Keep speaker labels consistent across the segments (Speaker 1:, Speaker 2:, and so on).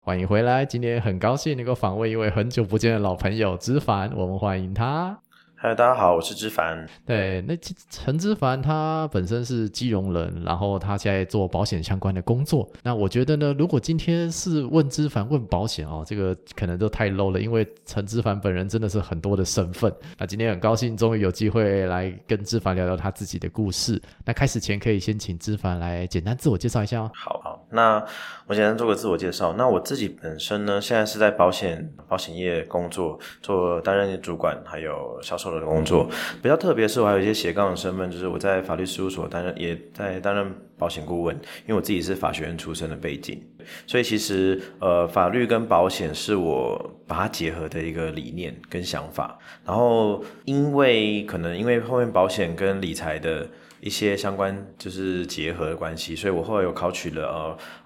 Speaker 1: 欢迎回来，今天很高兴能够访问一位很久不见的老朋友知凡，我们欢迎他。
Speaker 2: 嗨，大家好，我是知凡。
Speaker 1: 对，那其陈之凡他本身是基隆人，然后他现在做保险相关的工作。那我觉得呢，如果今天是问之凡问保险哦，这个可能都太 low 了，因为陈之凡本人真的是很多的身份。那今天很高兴，终于有机会来跟之凡聊聊他自己的故事。那开始前，可以先请之凡来简单自我介绍一下哦。
Speaker 2: 好好，那我简单做个自我介绍。那我自己本身呢，现在是在保险保险业工作，做担任主管，还有销售的工作。比较特别是，我还有一些斜杠的身份，就是我在法律事务所担任，也在担任保险顾问。因为我自己是法学院出身的背景，所以其实呃，法律跟保险是我把它结合的一个理念跟想法。然后因为可能因为后面保险跟理财的。一些相关就是结合的关系，所以我后来有考取了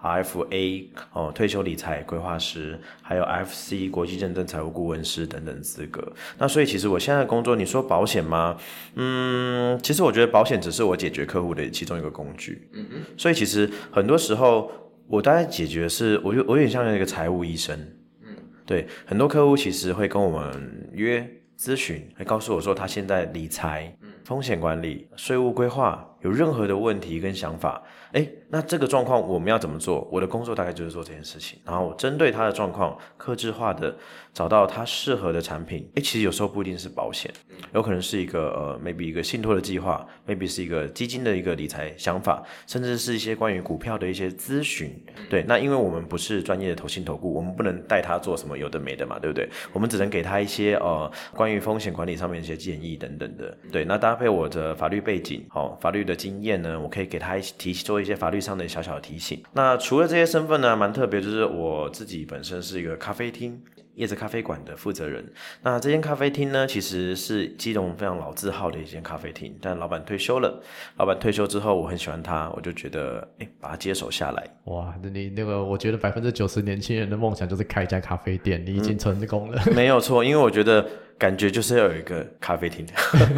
Speaker 2: 呃 RFA 哦、退休理财规划师，还有 FC 国际认证财务顾问师等等资格。那所以其实我现在的工作，你说保险吗？嗯，其实我觉得保险只是我解决客户的其中一个工具。嗯嗯，所以其实很多时候我大概解决是，我就我有点像一个财务医生。对，很多客户其实会跟我们约咨询，来告诉我说他现在理财、风险管理、税务规划有任何的问题跟想法，哎，那这个状况我们要怎么做？我的工作大概就是做这件事情，然后我针对他的状况，克制化的找到他适合的产品。哎，其实有时候不一定是保险，有可能是一个呃，maybe 一个信托的计划，maybe 是一个基金的一个理财想法，甚至是一些关于股票的一些咨询。对，那因为我们不是专业的投信投顾，我们不能带他做什么有的没的嘛，对不对？我们只能给他一些呃关于风险管理上面一些建议等等的。对，那搭配我的法律背景，哦，法律的经验呢，我可以给他一些提做一些法律上的小小的提醒。那除了这些身份呢，蛮特别，就是我自己本身是一个咖啡厅。叶子咖啡馆的负责人，那这间咖啡厅呢，其实是基隆非常老字号的一间咖啡厅，但老板退休了。老板退休之后，我很喜欢他，我就觉得，哎、把他接手下来。
Speaker 1: 哇，那你那个，我觉得百分之九十年轻人的梦想就是开一家咖啡店，你已经成功了。
Speaker 2: 没有错，因为我觉得感觉就是要有一个咖啡厅。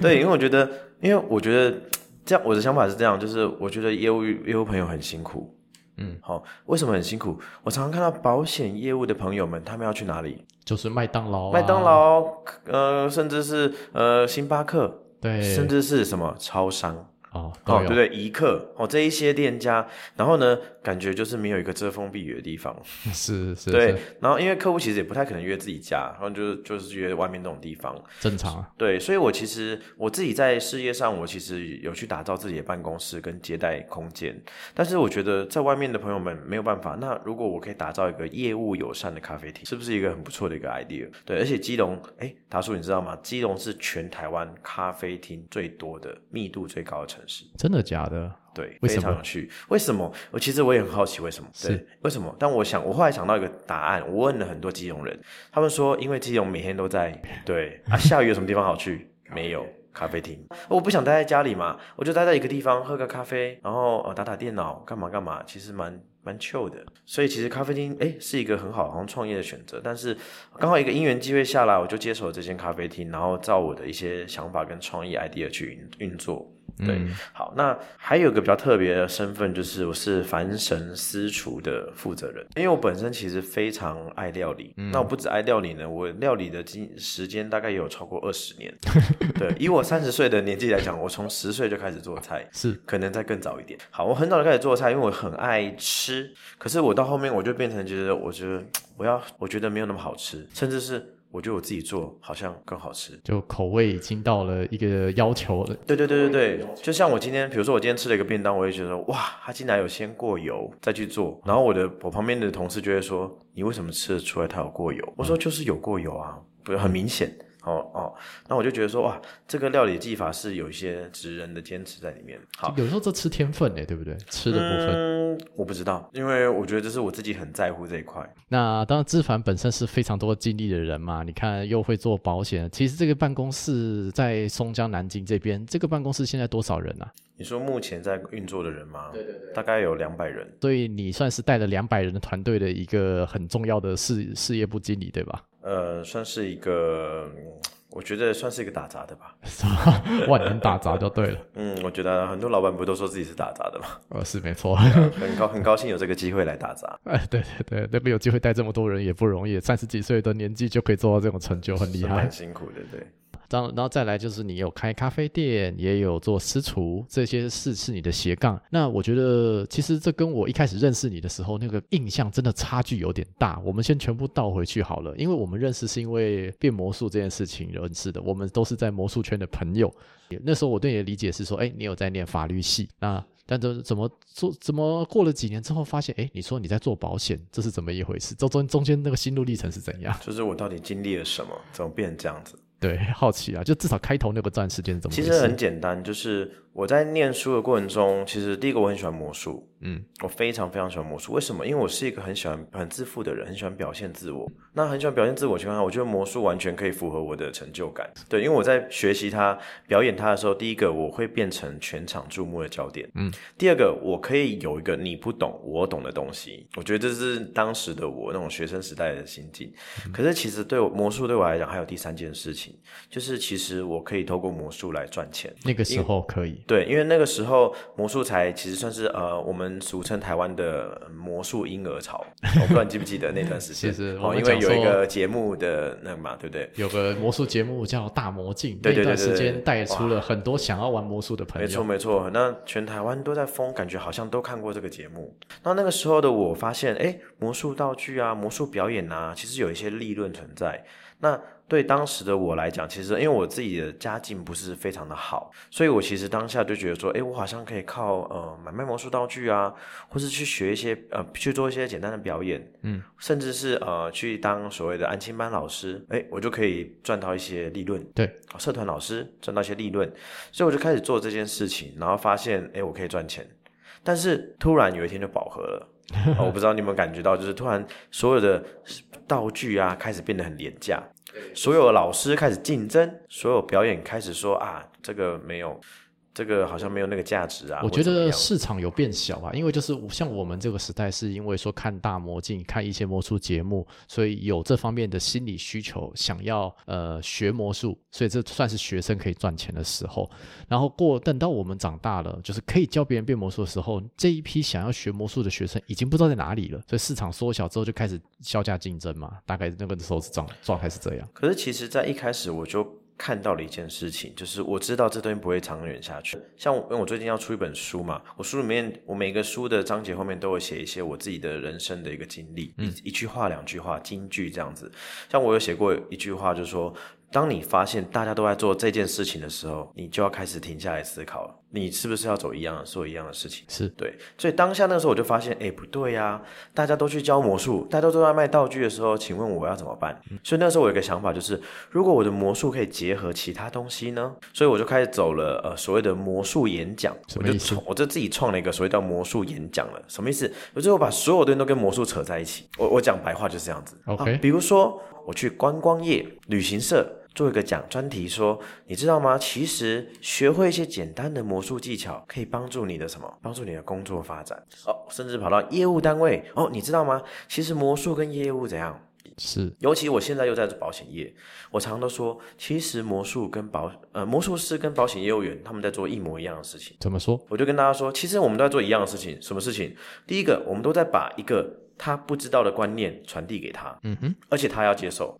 Speaker 2: 对，因为我觉得，因为我觉得这样，我的想法是这样，就是我觉得业务业务朋友很辛苦。嗯，好、为什么很辛苦？我常常看到保险业务的朋友们，他们要去哪里？
Speaker 1: 就是麦当劳、啊
Speaker 2: 麦当，劳，呃，甚至是呃星巴克，
Speaker 1: 对，
Speaker 2: 甚至是什么超商。
Speaker 1: 哦，都
Speaker 2: 哦，
Speaker 1: 有
Speaker 2: 对不对？一克哦，这一些店家，然后呢，感觉就是没有一个遮风避雨的地方。
Speaker 1: 是是
Speaker 2: 对
Speaker 1: 是，
Speaker 2: 然后因为客户其实也不太可能约自己家，然后就就是约外面这种地方。
Speaker 1: 正常啊。
Speaker 2: 对，所以我其实我自己在事业上，我其实有去打造自己的办公室跟接待空间，但是我觉得在外面的朋友们没有办法。那如果我可以打造一个业务友善的咖啡厅，是不是一个很不错的一个 idea？对，而且基隆，哎，达叔你知道吗？基隆是全台湾咖啡厅最多的、密度最高的城市。
Speaker 1: 真的假的？
Speaker 2: 对，
Speaker 1: 哦为
Speaker 2: 非
Speaker 1: 什么
Speaker 2: 常有趣。为什么？我其实我也很好奇为什么。对
Speaker 1: 是，
Speaker 2: 为什么？但我想，我后来想到一个答案，我问了很多基隆人，他们说，因为基隆每天都在对啊，下雨有什么地方好去？没有。咖啡厅，哦我不想待在家里嘛，我就待在一个地方喝个咖啡，然后呃打打电脑，干嘛干嘛，其实蛮蛮 chill 的。所以其实咖啡厅哎是一个很好好像创业的选择，但是刚好一个因缘机会下来，我就接手了这间咖啡厅，然后照我的一些想法跟创意 idea 去运运作。对，
Speaker 1: 嗯
Speaker 2: 好，那还有一个比较特别的身份，就是我是凡神私厨的负责人，因为我本身其实非常爱料理。那我不止爱料理呢，我料理的经时间大概也有超过二十年。对，以我三十岁的年纪来讲，我从十岁就开始做菜，
Speaker 1: 是
Speaker 2: 可能再更早一点。好，我很早就开始做菜，因为我很爱吃。可是我到后面我就变成觉得，我觉得我要，我觉得没有那么好吃，甚至是我觉得我自己做好像更好吃。
Speaker 1: 就口味已经到了一个要求了。
Speaker 2: 对对对对对，就像我今天，比如说我今天吃了一个便当，我也觉得哇，它竟然有先过油再去做。然后我的我旁边的同事就会说，你为什么吃得出来它有过油？我说就是有过油啊，不很明显。哦哦，那我就觉得说哇，这个料理技法是有一些职人的坚持在里面。好，
Speaker 1: 欸有时候这吃天分哎，对不对？吃的部分，
Speaker 2: 嗯，嗯，我不知道，因为我觉得这是我自己很在乎这一块。
Speaker 1: 那当然，志凡本身是非常多经历的人嘛，你看又会做保险。其实这个办公室在松江南京这边，这个办公室现在多少人啊？
Speaker 2: 你说目前在运作的人吗？
Speaker 1: 对对。
Speaker 2: 大概有两百人。
Speaker 1: 所以你算是带了两百人的团队的一个很重要的事事业部经理，对吧？
Speaker 2: 呃，算是一个，嗯我觉得算是一个打杂的吧。
Speaker 1: 是吧？万能打杂就对了，
Speaker 2: 嗯，我觉得很多老板不都说自己是打杂的吗？
Speaker 1: 呃，是没错。
Speaker 2: 很高很高兴有这个机会来打杂。
Speaker 1: 哎，对对对，那个有机会带这么多人也不容易，三十几岁的年纪就可以做到这种成就，很厉
Speaker 2: 是
Speaker 1: 害
Speaker 2: 蛮。辛苦的，对。
Speaker 1: 当然后再来就是你有开咖啡店，也有做私厨，这些事是你的斜杠。那我觉得其实这跟我一开始认识你的时候那个印象真的差距有点大。我们先全部倒回去好了，因为我们认识是因为变魔术这件事情认识的，我们都是在魔术圈的朋友。也那时候我对你的理解是说，哎，你有在念法律系，那但怎怎么做？怎么过了几年之后发现，哎，你说你在做保险，这是怎么一回事？这中中间那个心路历程是怎样？
Speaker 2: 就是我到底经历了什么，怎么变成这样子？
Speaker 1: 对，好奇啊，就至少开头那个段时间是怎么
Speaker 2: 其
Speaker 1: 回事？
Speaker 2: 实很简单，就是我在念书的过程中，其实第一个我很喜欢魔术，
Speaker 1: 嗯，
Speaker 2: 我非常非常喜欢魔术。为什么？因为我是一个很喜欢很自负的人，很喜欢表现自我。那很喜欢表现自我的情况下，我觉得魔术完全可以符合我的成就感。对，因为我在学习它、表演它的时候，第一个我会变成全场注目的焦点，
Speaker 1: 嗯。
Speaker 2: 第二个，我可以有一个你不懂我懂的东西。我觉得这是当时的我那种学生时代的心境。可是其实对我魔术对我来讲，还有第三件事情，就是其实我可以透过魔术来赚钱。
Speaker 1: 那个时候可以，
Speaker 2: 对，因为那个时候魔术才其实算是呃，我们俗称台湾的呃魔术婴儿潮，我不知道你记不记得那段时 间，
Speaker 1: 是是我
Speaker 2: 哦，
Speaker 1: 们
Speaker 2: 因为
Speaker 1: 讲
Speaker 2: 有一
Speaker 1: 说
Speaker 2: 个节目的那个嘛，对不对？
Speaker 1: 有个魔术节目叫《大魔镜》，
Speaker 2: 对对对
Speaker 1: 那段时
Speaker 2: 对对
Speaker 1: 间带出了很多想要玩魔术的朋
Speaker 2: 没错
Speaker 1: 友。
Speaker 2: 没错，那全台湾都在疯，感觉好像都看过这个节目。那那个时候的我发现，哎，魔术道具啊，魔术表演啊，其实有一些利润存在。那对当时的我来讲，其实因为我自己的家境不是非常的好，所以我其实当下就觉得说，哎，我好像可以靠呃买卖魔术道具啊，或是去学一些呃去做一些简单的表演，
Speaker 1: 嗯，
Speaker 2: 甚至是呃去当所谓的安亲班老师，哎，我就可以赚到一些利润。
Speaker 1: 对，
Speaker 2: 社团老师赚到一些利润，所以我就开始做这件事情，然后发现，哎，我可以赚钱。但是突然有一天就饱和了、哦我不知道你有没有感觉到，就是突然所有的道具啊开始变得很廉价， 所有的老师开始竞争，所有表演开始说啊，这个没有，这个好像没有那个价值啊。
Speaker 1: 我
Speaker 2: 或
Speaker 1: 觉
Speaker 2: 怎么
Speaker 1: 得
Speaker 2: 样
Speaker 1: 市场有变小吧，因为就是像我们这个时代，是因为说看大魔镜、看一些魔术节目，所以有这方面的心理需求，想要呃学魔术，所以这算是学生可以赚钱的时候。然后过等到我们长大了，就是可以教别人变魔术的时候，这一批想要学魔术的学生已经不知道在哪里了，所以市场缩小之后就开始削价竞争嘛，大概那个时候是状状态是这样。
Speaker 2: 可是其实，在一开始我就看到了一件事情，就是我知道这东西不会长远下去。像我，因为我最近要出一本书嘛，我书里面我每个书的章节后面都会写一些我自己的人生的一个经历，一一句话、两句话、金句这样子。像我有写过一句话，就是说。当你发现大家都在做这件事情的时候，你就要开始停下来思考了，你是不是要走一样的做一样的事情？
Speaker 1: 是
Speaker 2: 对，所以当下那个时候我就发现，哎，不对呀、大家都去教魔术，大家都在卖道具的时候，请问我要怎么办？
Speaker 1: 嗯
Speaker 2: 所以那时候我有一个想法，就是如果我的魔术可以结合其他东西呢？所以我就开始走了呃所谓的魔术演讲，
Speaker 1: 什
Speaker 2: 我
Speaker 1: 么
Speaker 2: 就
Speaker 1: 意思
Speaker 2: 创我就自己创了一个所谓叫魔术演讲了，什么意思？我就是我把所有东西都跟魔术扯在一起，我我讲白话就是这样子。
Speaker 1: OK
Speaker 2: 啊比如说我去观光业、旅行社做一个讲专题说，你知道吗？其实学会一些简单的魔术技巧，可以帮助你的什么？帮助你的工作发展哦，甚至跑到业务单位哦，你知道吗？其实魔术跟业务怎样？
Speaker 1: 是，
Speaker 2: 尤其我现在又在做保险业，我常常都说，其实魔术跟保呃魔术师跟保险业务员他们在做一模一样的事情。
Speaker 1: 怎么说？
Speaker 2: 我就跟大家说，其实我们都在做一样的事情，什么事情？第一个，我们都在把一个他不知道的观念传递给他，
Speaker 1: 嗯哼，
Speaker 2: 而且他要接受。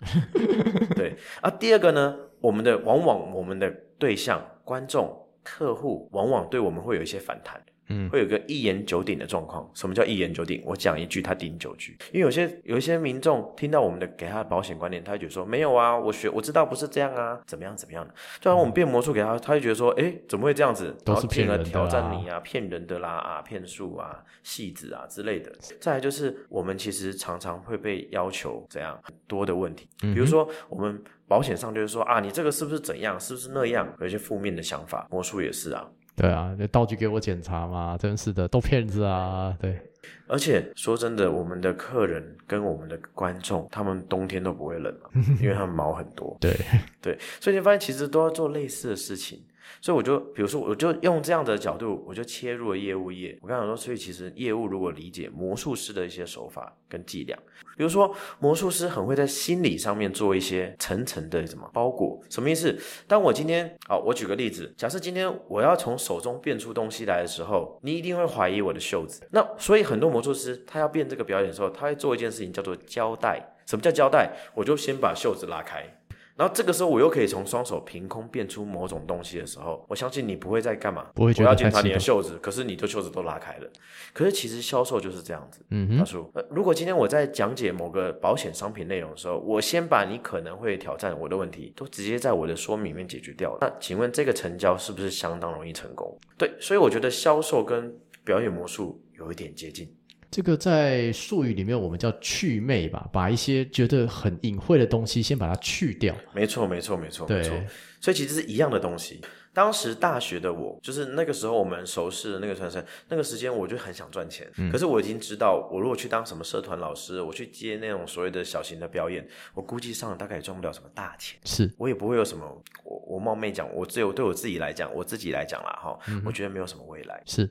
Speaker 2: 对啊，第二个呢，我们的往往我们的对象、观众、客户，往往对我们会有一些反弹。
Speaker 1: 嗯
Speaker 2: 会有一个一言九鼎的状况。什么叫一言九鼎？我讲一句，他顶九句。因为有些有一些民众听到我们的给他的保险观念，他就觉得说没有啊，我学我知道不是这样啊，怎么样怎么样的。就然我们变魔术给他，他就觉得说，哎，怎么会这样子？
Speaker 1: 嗯都是
Speaker 2: 然后进而
Speaker 1: 骗人的
Speaker 2: 挑战
Speaker 1: 啦
Speaker 2: 你啊，骗人的啦啊，骗术啊，戏子啊之类的。再来就是我们其实常常会被要求怎样很多的问题，
Speaker 1: 嗯
Speaker 2: 比如说我们。保险上就是说啊，你这个是不是怎样，是不是那样，有一些负面的想法。魔术也是啊，
Speaker 1: 对啊，就道具给我检查嘛，真是的，都骗子啊！对，
Speaker 2: 而且说真的，我们的客人跟我们的观众，他们冬天都不会冷嘛，因为他们毛很多。
Speaker 1: 对
Speaker 2: 对，所以你发现其实都要做类似的事情。所以我就，比如说，我就用这样的角度，我就切入了业务业。我刚才说，所以其实业务如果理解魔术师的一些手法跟伎俩，比如说魔术师很会在心理上面做一些层层的什么包裹，什么意思？当我今天啊、我举个例子，假设今天我要从手中变出东西来的时候，你一定会怀疑我的袖子。那所以很多魔术师他要变这个表演的时候，他会做一件事情叫做胶带。什么叫胶带？我就先把袖子拉开，然后这个时候我又可以从双手凭空变出某种东西的时候，我相信你不会在干嘛，
Speaker 1: 不会觉
Speaker 2: 我
Speaker 1: 得
Speaker 2: 要检
Speaker 1: 太
Speaker 2: 查
Speaker 1: 激
Speaker 2: 你的
Speaker 1: 动
Speaker 2: 袖子，可是你的袖子都拉开了。可是其实销售就是这样子。
Speaker 1: 嗯
Speaker 2: 大
Speaker 1: 哼，
Speaker 2: 叔，呃如果今天我在讲解某个保险商品内容的时候，我先把你可能会挑战我的问题都直接在我的说明里面解决掉了，那请问这个成交是不是相当容易成功？对，所以我觉得销售跟表演魔术有一点接近。
Speaker 1: 这个在术语里面我们叫去魅吧，把一些觉得很隐晦的东西先把它去掉。
Speaker 2: 没错，没错，没错，没错
Speaker 1: 对。，
Speaker 2: 所以其实是一样的东西。当时大学的我，就是那个时候我们熟识的那个传承，那个时间我就很想赚钱。
Speaker 1: 嗯
Speaker 2: 可是我已经知道，我如果去当什么社团老师，我去接那种所谓的小型的表演，我估计上了大概也赚不了什么大钱。
Speaker 1: 是
Speaker 2: 我也不会有什么，我我冒昧讲，我只有对我自己来讲，我自己来讲啦哈，
Speaker 1: 嗯
Speaker 2: 我觉得没有什么未来。
Speaker 1: 是，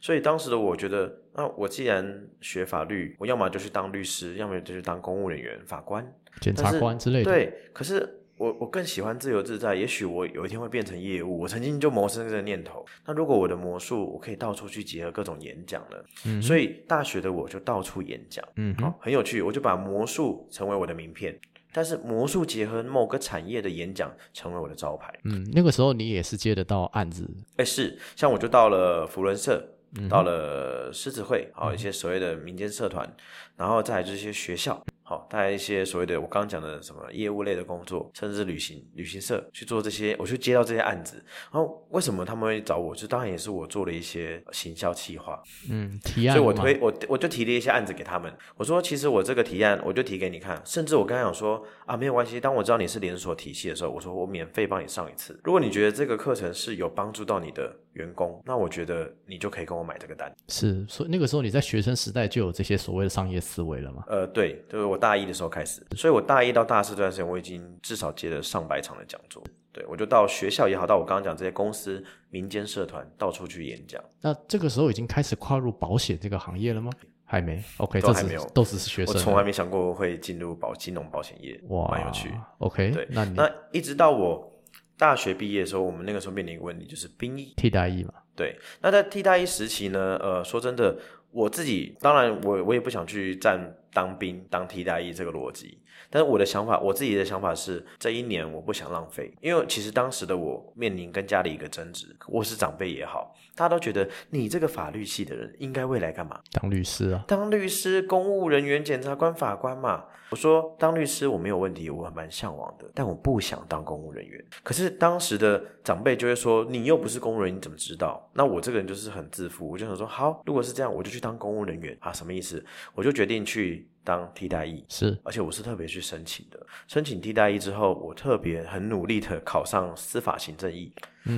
Speaker 2: 所以当时的我觉得，那我既然学法律，我要么就去当律师，要么就去当公务人员、法官。
Speaker 1: 检察官之类的。
Speaker 2: 对，可是我我更喜欢自由自在。也许我有一天会变成业务，我曾经就萌生这个念头。那如果我的魔术，我可以到处去结合各种演讲了。
Speaker 1: 嗯
Speaker 2: 所以大学的我就到处演讲。
Speaker 1: 嗯哼，
Speaker 2: 很有趣，我就把魔术成为我的名片，但是魔术结合某个产业的演讲成为我的招牌。
Speaker 1: 嗯，那个时候你也是接得到案子，
Speaker 2: 哎，是，像我就到了福伦社，到了狮子会，好、一些所谓的民间社团，然后再来就是一些学校，好、再来一些所谓的我刚刚讲的什么业务类的工作，甚至旅行旅行社去做这些，我去接到这些案子。然后为什么他们会找我？就当然也是我做了一些行销企划，
Speaker 1: 嗯，提案
Speaker 2: 所
Speaker 1: 嘛，
Speaker 2: 以我推我我就提了一些案子给他们，我说其实我这个提案我就提给你看，甚至我刚才想说啊没有关系，当我知道你是连锁体系的时候，我说我免费帮你上一次。如果你觉得这个课程是有帮助到你的员工，那我觉得你就可以跟我买这个单。
Speaker 1: 是，所以那个时候你在学生时代就有这些所谓的商业思维了嘛？
Speaker 2: 呃，对，就是我大一的时候开始，所以我大一到大四这段时间，我已经至少接了上百场的讲座。对我就到学校也好，到我刚刚讲这些公司、民间社团到处去演讲。
Speaker 1: 那这个时候已经开始跨入保险这个行业了吗？还没，OK，
Speaker 2: 都
Speaker 1: 这
Speaker 2: 还
Speaker 1: 只
Speaker 2: 没有
Speaker 1: 都只是学
Speaker 2: 我
Speaker 1: 生，啊
Speaker 2: 从来没想过会进入保金融保险业，
Speaker 1: 哇，
Speaker 2: 蛮有趣。
Speaker 1: ，OK，
Speaker 2: 对
Speaker 1: 那你
Speaker 2: 那一直到我大学毕业的时候，我们那个时候面临一个问题，就是兵役。
Speaker 1: 替代役嘛，
Speaker 2: 对，那在替代役时期呢，呃，说真的，我自己当然我我也不想去站当兵当替代役这个逻辑，但是我的想法，我自己的想法是，这一年我不想浪费，因为其实当时的我面临跟家里一个争执，我是长辈也好，大家都觉得你这个法律系的人应该未来干嘛？
Speaker 1: 当律师啊，
Speaker 2: 当律师、公务人员、检察官、法官嘛。我说当律师我没有问题，我蛮向往的，但我不想当公务人员。可是当时的长辈就会说，你又不是公务人员，你怎么知道？那我这个人就是很自负，我就想说，好，如果是这样，我就去当公务人员啊，什么意思？我就决定去当替代役。
Speaker 1: 是
Speaker 2: 而且我是特别去申请的，申请替代役之后，我特别很努力的考上司法行政役。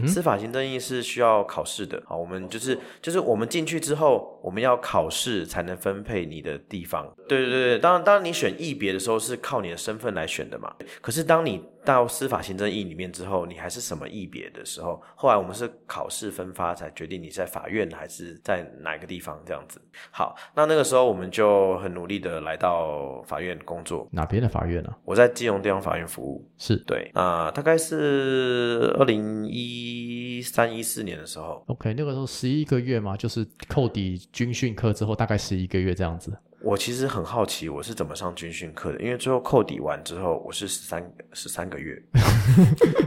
Speaker 2: 司法行政役是需要考试的，好，我们就是就是我们进去之后，我们要考试才能分配你的地方。对对对对，当然当然你选役别的时候是靠你的身份来选的嘛。可是当你到司法行政役里面之后，你还是什么役别的时候，后来我们是考试分发才决定你在法院还是在哪个地方这样子。好，那那个时候我们就很努力的来到法院工作。
Speaker 1: 哪边的法院啊？
Speaker 2: 我在基隆地方法院服务，
Speaker 1: 是
Speaker 2: 对，那大概是二零一三一四年的时候，
Speaker 1: OK，那个时候十一个月嘛，就是扣抵军训课之后大概十一个月这样子，
Speaker 2: 我其实很好奇我是怎么上军训课的，因为最后扣底完之后，我是十三十三个月，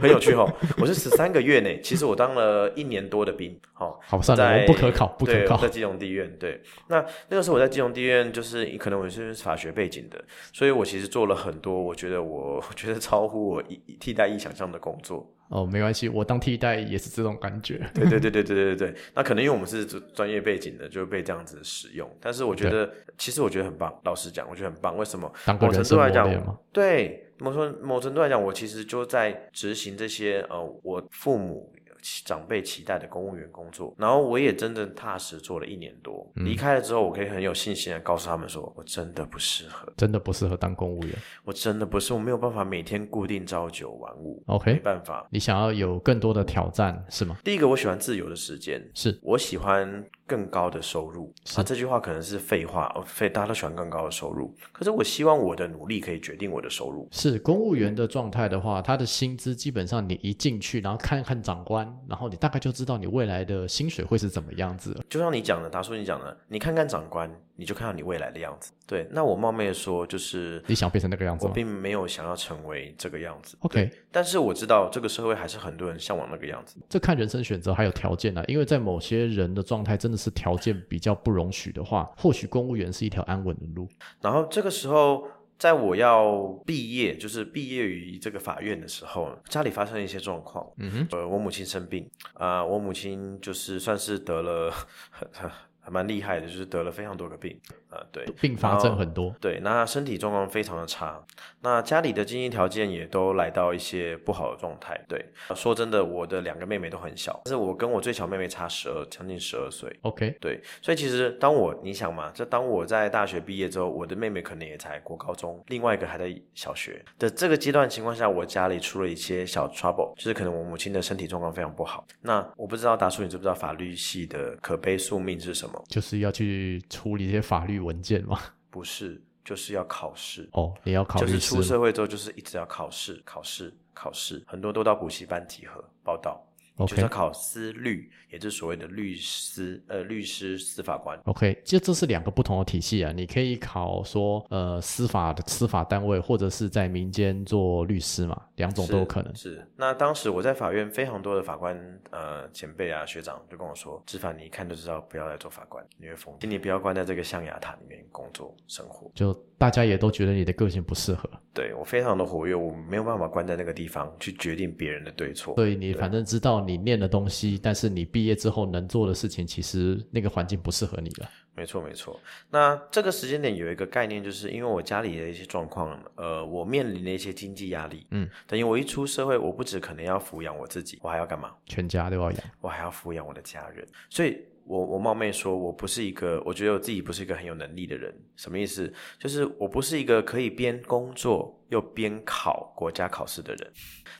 Speaker 2: 很有趣哈、哦，我是十三个月呢。其实我当了一年多的兵，哦，
Speaker 1: 好，算了，
Speaker 2: 在
Speaker 1: 我不可考，不可
Speaker 2: 对我
Speaker 1: 考，
Speaker 2: 在基隆地院。对，那那个时候我在基隆地院，就是可能我是法学背景的，所以我其实做了很多我觉得我我觉得超乎我一一替代役想象的工作。
Speaker 1: 哦，没关系，我当替代役也是这种感觉，
Speaker 2: 对对对对对对对对，那可能因为我们是专专业背景的，就被这样子使用。但是我觉得，其实我觉得很棒。老实讲，我觉得很棒。为什么？
Speaker 1: 当个
Speaker 2: 某
Speaker 1: 人
Speaker 2: 程
Speaker 1: 生
Speaker 2: 度
Speaker 1: 磨
Speaker 2: 来讲
Speaker 1: 练嘛，，
Speaker 2: 对某程某程度来讲，我其实就在执行这些呃，我父母期长辈期待的公务员工作。然后我也真正踏实做了一年多，
Speaker 1: 嗯
Speaker 2: 离开了之后，我可以很有信心的告诉他们说，我真的不适合，
Speaker 1: 真的不适合当公务员。
Speaker 2: 我真的不是，我没有办法每天固定朝九晚五，没
Speaker 1: OK，
Speaker 2: 办法。
Speaker 1: 你想要有更多的挑战是吗？
Speaker 2: 第一个，我喜欢自由的时间，
Speaker 1: 是
Speaker 2: 我喜欢更高的收入。
Speaker 1: 是
Speaker 2: 啊，这句话可能是废话，哦废大家都喜欢更高的收入。可是我希望我的努力可以决定我的收入。
Speaker 1: 是，公务员的状态的话，他的薪资基本上你一进去，然后看看长官，然后你大概就知道你未来的薪水会是怎么样子了。
Speaker 2: 就像你讲的，达叔你讲的，你看看长官，你就看到你未来的样子。对，那我冒昧地说，就是
Speaker 1: 你想变成那个样子
Speaker 2: 我
Speaker 1: 吗
Speaker 2: 并没有想要成为这个样子。
Speaker 1: ？OK，
Speaker 2: 但是我知道这个社会还是很多人向往那个样子。
Speaker 1: 这看人生选择还有条件啊，因为在某些人的状态真的是条件比较不容许的话，或许公务员是一条安稳的路。
Speaker 2: 然后这个时候，在我要毕业，就是毕业于这个法院的时候，家里发生了一些状况。
Speaker 1: 嗯哼，
Speaker 2: 呃，我母亲生病啊、我母亲就是算是得了 很很还蛮厉害的，就是得了非常多个病啊、对
Speaker 1: 并发症很多，
Speaker 2: 对，那身体状况非常的差，那家里的经济条件也都来到一些不好的状态。对，呃说真的，我的两个妹妹都很小，但是我跟我最小妹妹差十二，将近十二岁。
Speaker 1: OK，
Speaker 2: 对，所以其实当我你想嘛，这当我在大学毕业之后，我的妹妹可能也才国高中，另外一个还在小学的这个阶段情况下，我家里出了一些小 trouble，就是可能我母亲的身体状况非常不好。那我不知道达叔，你知不知道法律系的可悲宿命是什么？
Speaker 1: 就是要去处理一些法律文件嘛。
Speaker 2: 不是，就是要考试。
Speaker 1: 哦，你要考
Speaker 2: 就
Speaker 1: 律
Speaker 2: 是
Speaker 1: 师
Speaker 2: 出
Speaker 1: 吗
Speaker 2: 社会之后，就是一直要考试、考试、考试，很多都到补习班集合报道就是要
Speaker 1: ，OK。
Speaker 2: 考司律，也就是所谓的律师，呃，律师司法官。
Speaker 1: OK，这这是两个不同的体系啊。你可以考说，呃，司法的司法单位，或者是在民间做律师嘛，两种都有可能。
Speaker 2: 是。是那当时我在法院，非常多的法官呃前辈啊学长就跟我说：“志凡，你一看就知道不要来做法官，你会疯，请你不要关在这个象牙塔里面工作生活。
Speaker 1: 就大家也都觉得你的个性不适合，
Speaker 2: 对”我非常的活跃，我没有办法关在那个地方去决定别人的对错。
Speaker 1: 所以你反正知道你念的东西，但是你毕业之后能做的事情，其实那个环境不适合你了。
Speaker 2: 没错，没错。那这个时间点有一个概念，就是因为我家里的一些状况，呃，我面临了一些经济压力。
Speaker 1: 嗯，
Speaker 2: 等于我一出社会，我不止可能要抚养我自己，我还要干嘛？
Speaker 1: 全家都要养。
Speaker 2: 我还要抚养我的家人。所以我，我冒昧说，我不是一个，我觉得我自己不是一个很有能力的人。什么意思？就是我不是一个可以边工作又边考国家考试的人。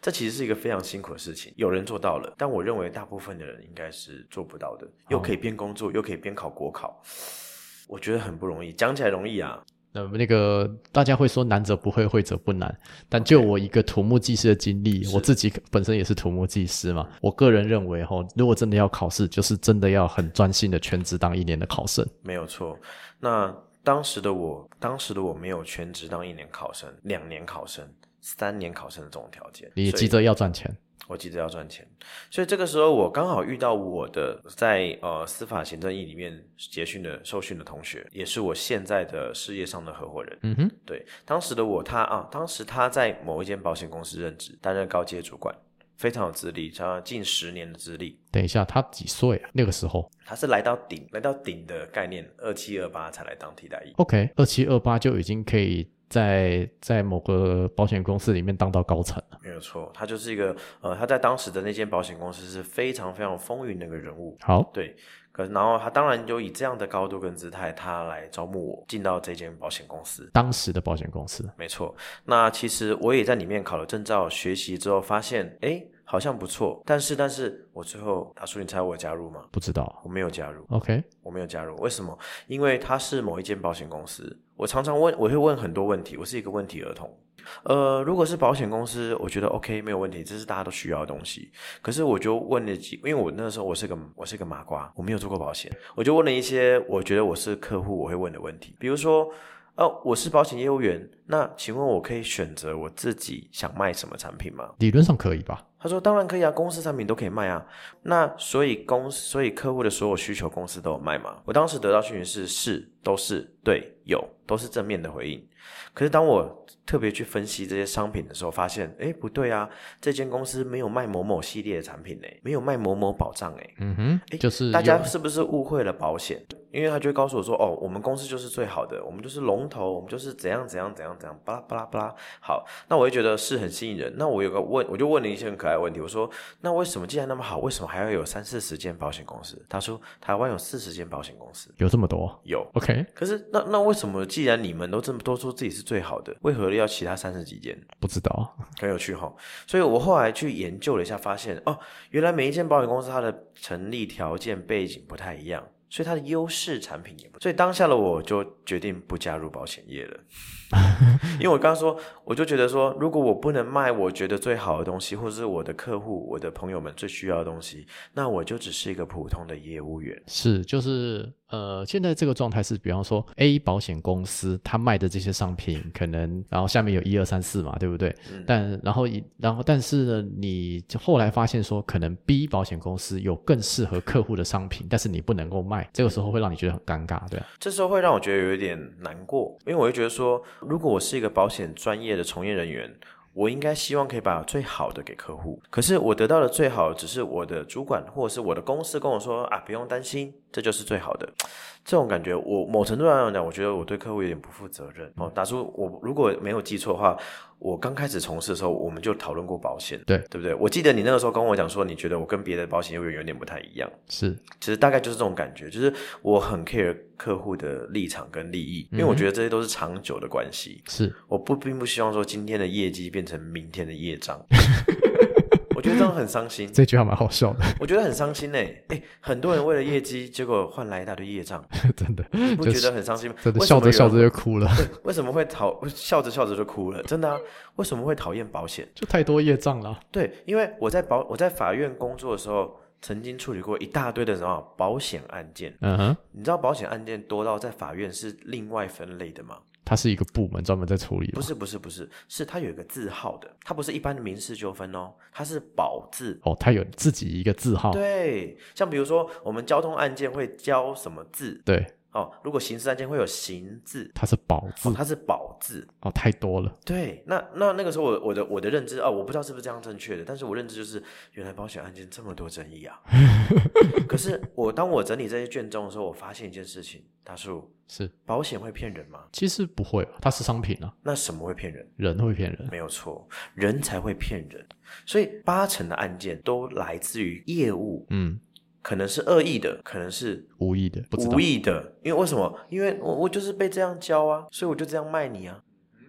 Speaker 2: 这其实是一个非常辛苦的事情，有人做到了，但我认为大部分的人应该是做不
Speaker 1: 哦
Speaker 2: 到的。又可以边工作，又可以边考国考，我觉得很不容易。讲起来容易啊，
Speaker 1: 那么那个大家会说难者不会，会者不难。但就我一个土木技师的经历，
Speaker 2: 是
Speaker 1: 我自己本身也是土木技师嘛，我个人认为哈，如果真的要考试，就是真的要很专心的全职当一年的考生。
Speaker 2: 没有错。那当时的我，当时的我没有全职当一年考生、两年考生、三年考生的这种条件，
Speaker 1: 你也
Speaker 2: 所以
Speaker 1: 急着要赚钱，
Speaker 2: 我急着要赚钱，所以这个时候我刚好遇到我的在呃司法行政役里面结训的受训的同学，也是我现在的事业上的合伙人。
Speaker 1: 嗯哼，
Speaker 2: 对，当时的我他啊，当时他在某一间保险公司任职，担任高阶主管，非常有资历，他近十年的资历。
Speaker 1: 等一下，他几岁啊？那个时候
Speaker 2: 他是来到顶，来到顶的概念，二七二八才来当替代役。
Speaker 1: ，OK，二七二八就已经可以在在某个保险公司里面当到高层了。
Speaker 2: 没有错，他就是一个呃，他在当时的那间保险公司是非常非常风云的一个人物。
Speaker 1: 好，
Speaker 2: 对，可然后他当然就以这样的高度跟姿态，他来招募我进到这间保险公司。
Speaker 1: 当时的保险公司
Speaker 2: 没错，那其实我也在里面考了证照，学习之后发现，哎，好像不错。但是，但是我最后，大叔，你猜我有加入吗？
Speaker 1: 不知道
Speaker 2: 我没有加入，
Speaker 1: ，OK，
Speaker 2: 我没有加入，为什么？因为他是某一间保险公司，我常常问，我会问很多问题，我是一个问题儿童。呃，如果是保险公司，我觉得 OK 没有问题，这是大家都需要的东西。可是我就问了几，因为我那时候我是个我是个麻瓜，我没有做过保险，我就问了一些我觉得我是客户我会问的问题，比如说，哦，我是保险业务员，那请问我可以选择我自己想卖什么产品吗？
Speaker 1: 理论上可以吧？
Speaker 2: 他说：“当然可以啊，公司产品都可以卖啊。那所以公司所以客户的所有需求，公司都有卖嘛？我当时得到讯息是是都是对有都是正面的回应。可是当我特别去分析这些商品的时候，发现诶不对啊，这间公司没有卖某某系列的产品诶，没有卖某某保障诶。
Speaker 1: 嗯哼，
Speaker 2: 诶
Speaker 1: 就是
Speaker 2: 大家
Speaker 1: 有
Speaker 2: 是不是误会了保险？因为他就会告诉我说，哦，我们公司就是最好的，我们就是龙头，我们就是怎样怎样怎样怎样，巴拉巴拉巴拉。好，那我就觉得是很吸引人。那我有个问，我就问了一些很可爱的问题，我说，那为什么既然那么好，为什么还要有三四十间保险公司？他说，台湾有四十间保险公司，
Speaker 1: 有这么多
Speaker 2: 有。
Speaker 1: ？OK，
Speaker 2: 可是那那为什么既然你们都这么都说自己是最好的，为何要其他三十几间？
Speaker 1: 不知道，
Speaker 2: 很有趣哈、所以我后来去研究了一下，发现哦，原来每一间保险公司它的成立条件背景不太一样，所以它的优势产品也不。所以当下的我就决定不加入保险业了， 因为我刚刚说，我就觉得说，如果我不能卖我觉得最好的东西，或者是我的客户、我的朋友们最需要的东西，那我就只是一个普通的业务员。
Speaker 1: 是就是呃，现在这个状态是，比方说 A 保险公司它卖的这些商品，可能然后下面有一二三四嘛，对不对？
Speaker 2: 嗯
Speaker 1: 但然后一然后但是呢，你就后来发现说，可能 B 保险公司有更适合客户的商品，但是你不能够卖，这个时候会让你觉得很尴尬，对吧、啊
Speaker 2: 这时候会让我觉得有一点难过，因为我会觉得说，如果我是一个保险专业的从业人员，我应该希望可以把最好的给客户。可是我得到的最好，只是我的主管或者是我的公司跟我说啊，不用担心，这就是最好的。这种感觉，我某程度上来讲，我觉得我对客户有点不负责任。哦，打出我如果没有记错的话，我刚开始从事的时候，我们就讨论过保险，
Speaker 1: 对
Speaker 2: 对不对？我记得你那个时候跟我讲说，你觉得我跟别的保险业务员有点不太一样。
Speaker 1: 是
Speaker 2: 其实大概就是这种感觉，就是我很 care 客户的立场跟利益，因为
Speaker 1: 嗯
Speaker 2: 我觉得这些都是长久的关系。
Speaker 1: 是，
Speaker 2: 我不并不希望说今天的业绩变成明天的业障， 我觉得这样很伤心，
Speaker 1: 这句话蛮好笑的，
Speaker 2: 我觉得很伤心呢、欸。哎、很多人为了业绩，结果换来一大堆业障，
Speaker 1: 真的
Speaker 2: 你不
Speaker 1: 就
Speaker 2: 觉得很伤心吗？
Speaker 1: 真的
Speaker 2: 为什
Speaker 1: 笑
Speaker 2: 么
Speaker 1: 着
Speaker 2: 有
Speaker 1: 笑着就哭了，
Speaker 2: 对为什么会讨笑着笑着就哭了？真的啊，为什么会讨厌保险？
Speaker 1: 就太多业障了。
Speaker 2: 对，因为我在保我在法院工作的时候，曾经处理过一大堆的什么保险案件。
Speaker 1: 嗯哼，
Speaker 2: 你知道保险案件多到在法院是另外分类的吗？
Speaker 1: 它是一个部门专门在处理的，
Speaker 2: 不是不是不是，是它有一个字号的，它不是一般的民事纠纷哦，它是保字。
Speaker 1: 哦，它有自己一个字号，
Speaker 2: 对，像比如说我们交通案件会交什么字
Speaker 1: 对，
Speaker 2: 哦，如果刑事案件会有刑字，
Speaker 1: 它是宝
Speaker 2: 哦
Speaker 1: 字，
Speaker 2: 它是保字。
Speaker 1: 哦，太多了，
Speaker 2: 对，那那那个时候我我的我的认知哦，我不知道是不是这样正确的，但是我认知就是原来保险案件这么多争议啊。 可是我当我整理这些卷宗的时候，我发现一件事情，大叔，
Speaker 1: 是，
Speaker 2: 保险会骗人吗？
Speaker 1: 其实不会吧，它是商品啊，
Speaker 2: 那什么会骗人？
Speaker 1: 人会骗人，
Speaker 2: 没有错，人才会骗人，所以八成的案件都来自于业务，
Speaker 1: 嗯，
Speaker 2: 可能是恶意的，可能是
Speaker 1: 无意的，不知道
Speaker 2: 无，意的。因为为什么？因为我我就是被这样教啊，所以我就这样卖你啊。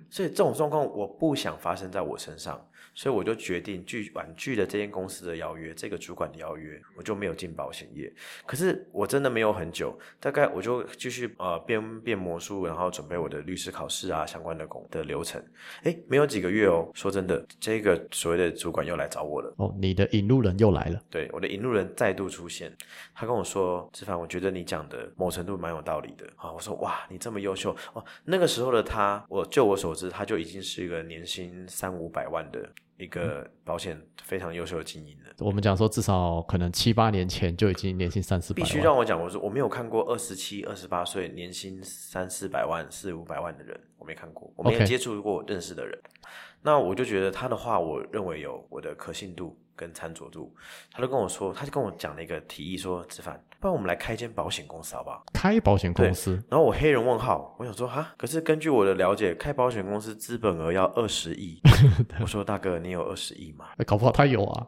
Speaker 2: 所以这种状况我不想发生在我身上，所以我就决定拒婉拒了这间公司的邀约，这个主管的邀约，我就没有进保险业。可是我真的没有很久，大概我就继续呃变变魔术，然后准备我的律师考试啊相关的工的流程。诶，没有几个月哦，说真的，这个所谓的主管又来找我了。
Speaker 1: 哦，你的引路人又来了，
Speaker 2: 对，我的引路人再度出现，他跟我说：“志凡，我觉得你讲的某程度蛮有道理的啊。”我说：“哇，你这么优秀哦！”那个时候的他，我就我所知，他就已经是一个年薪三五百万的一个保险非常优秀的精英了。
Speaker 1: 我们讲说至少可能七八年前就已经年薪三四百
Speaker 2: 必须
Speaker 1: 万，
Speaker 2: 让我讲，我说我没有看过二十七、二十八岁年薪三四百万、四五百万的人，我没看过，我没有
Speaker 1: OK
Speaker 2: 接触过认识的人。那我就觉得他的话，我认为有我的可信度跟参酌度。他就跟我说，他就跟我讲了一个提议说，子凡，不然我们来开一间保险公司好不好？
Speaker 1: 开保险公司，
Speaker 2: 然后我黑人问号，我想说哈，可是根据我的了解，开保险公司资本额要二十 亿。我说大哥，你有二十亿吗？
Speaker 1: 哎搞不好他有啊，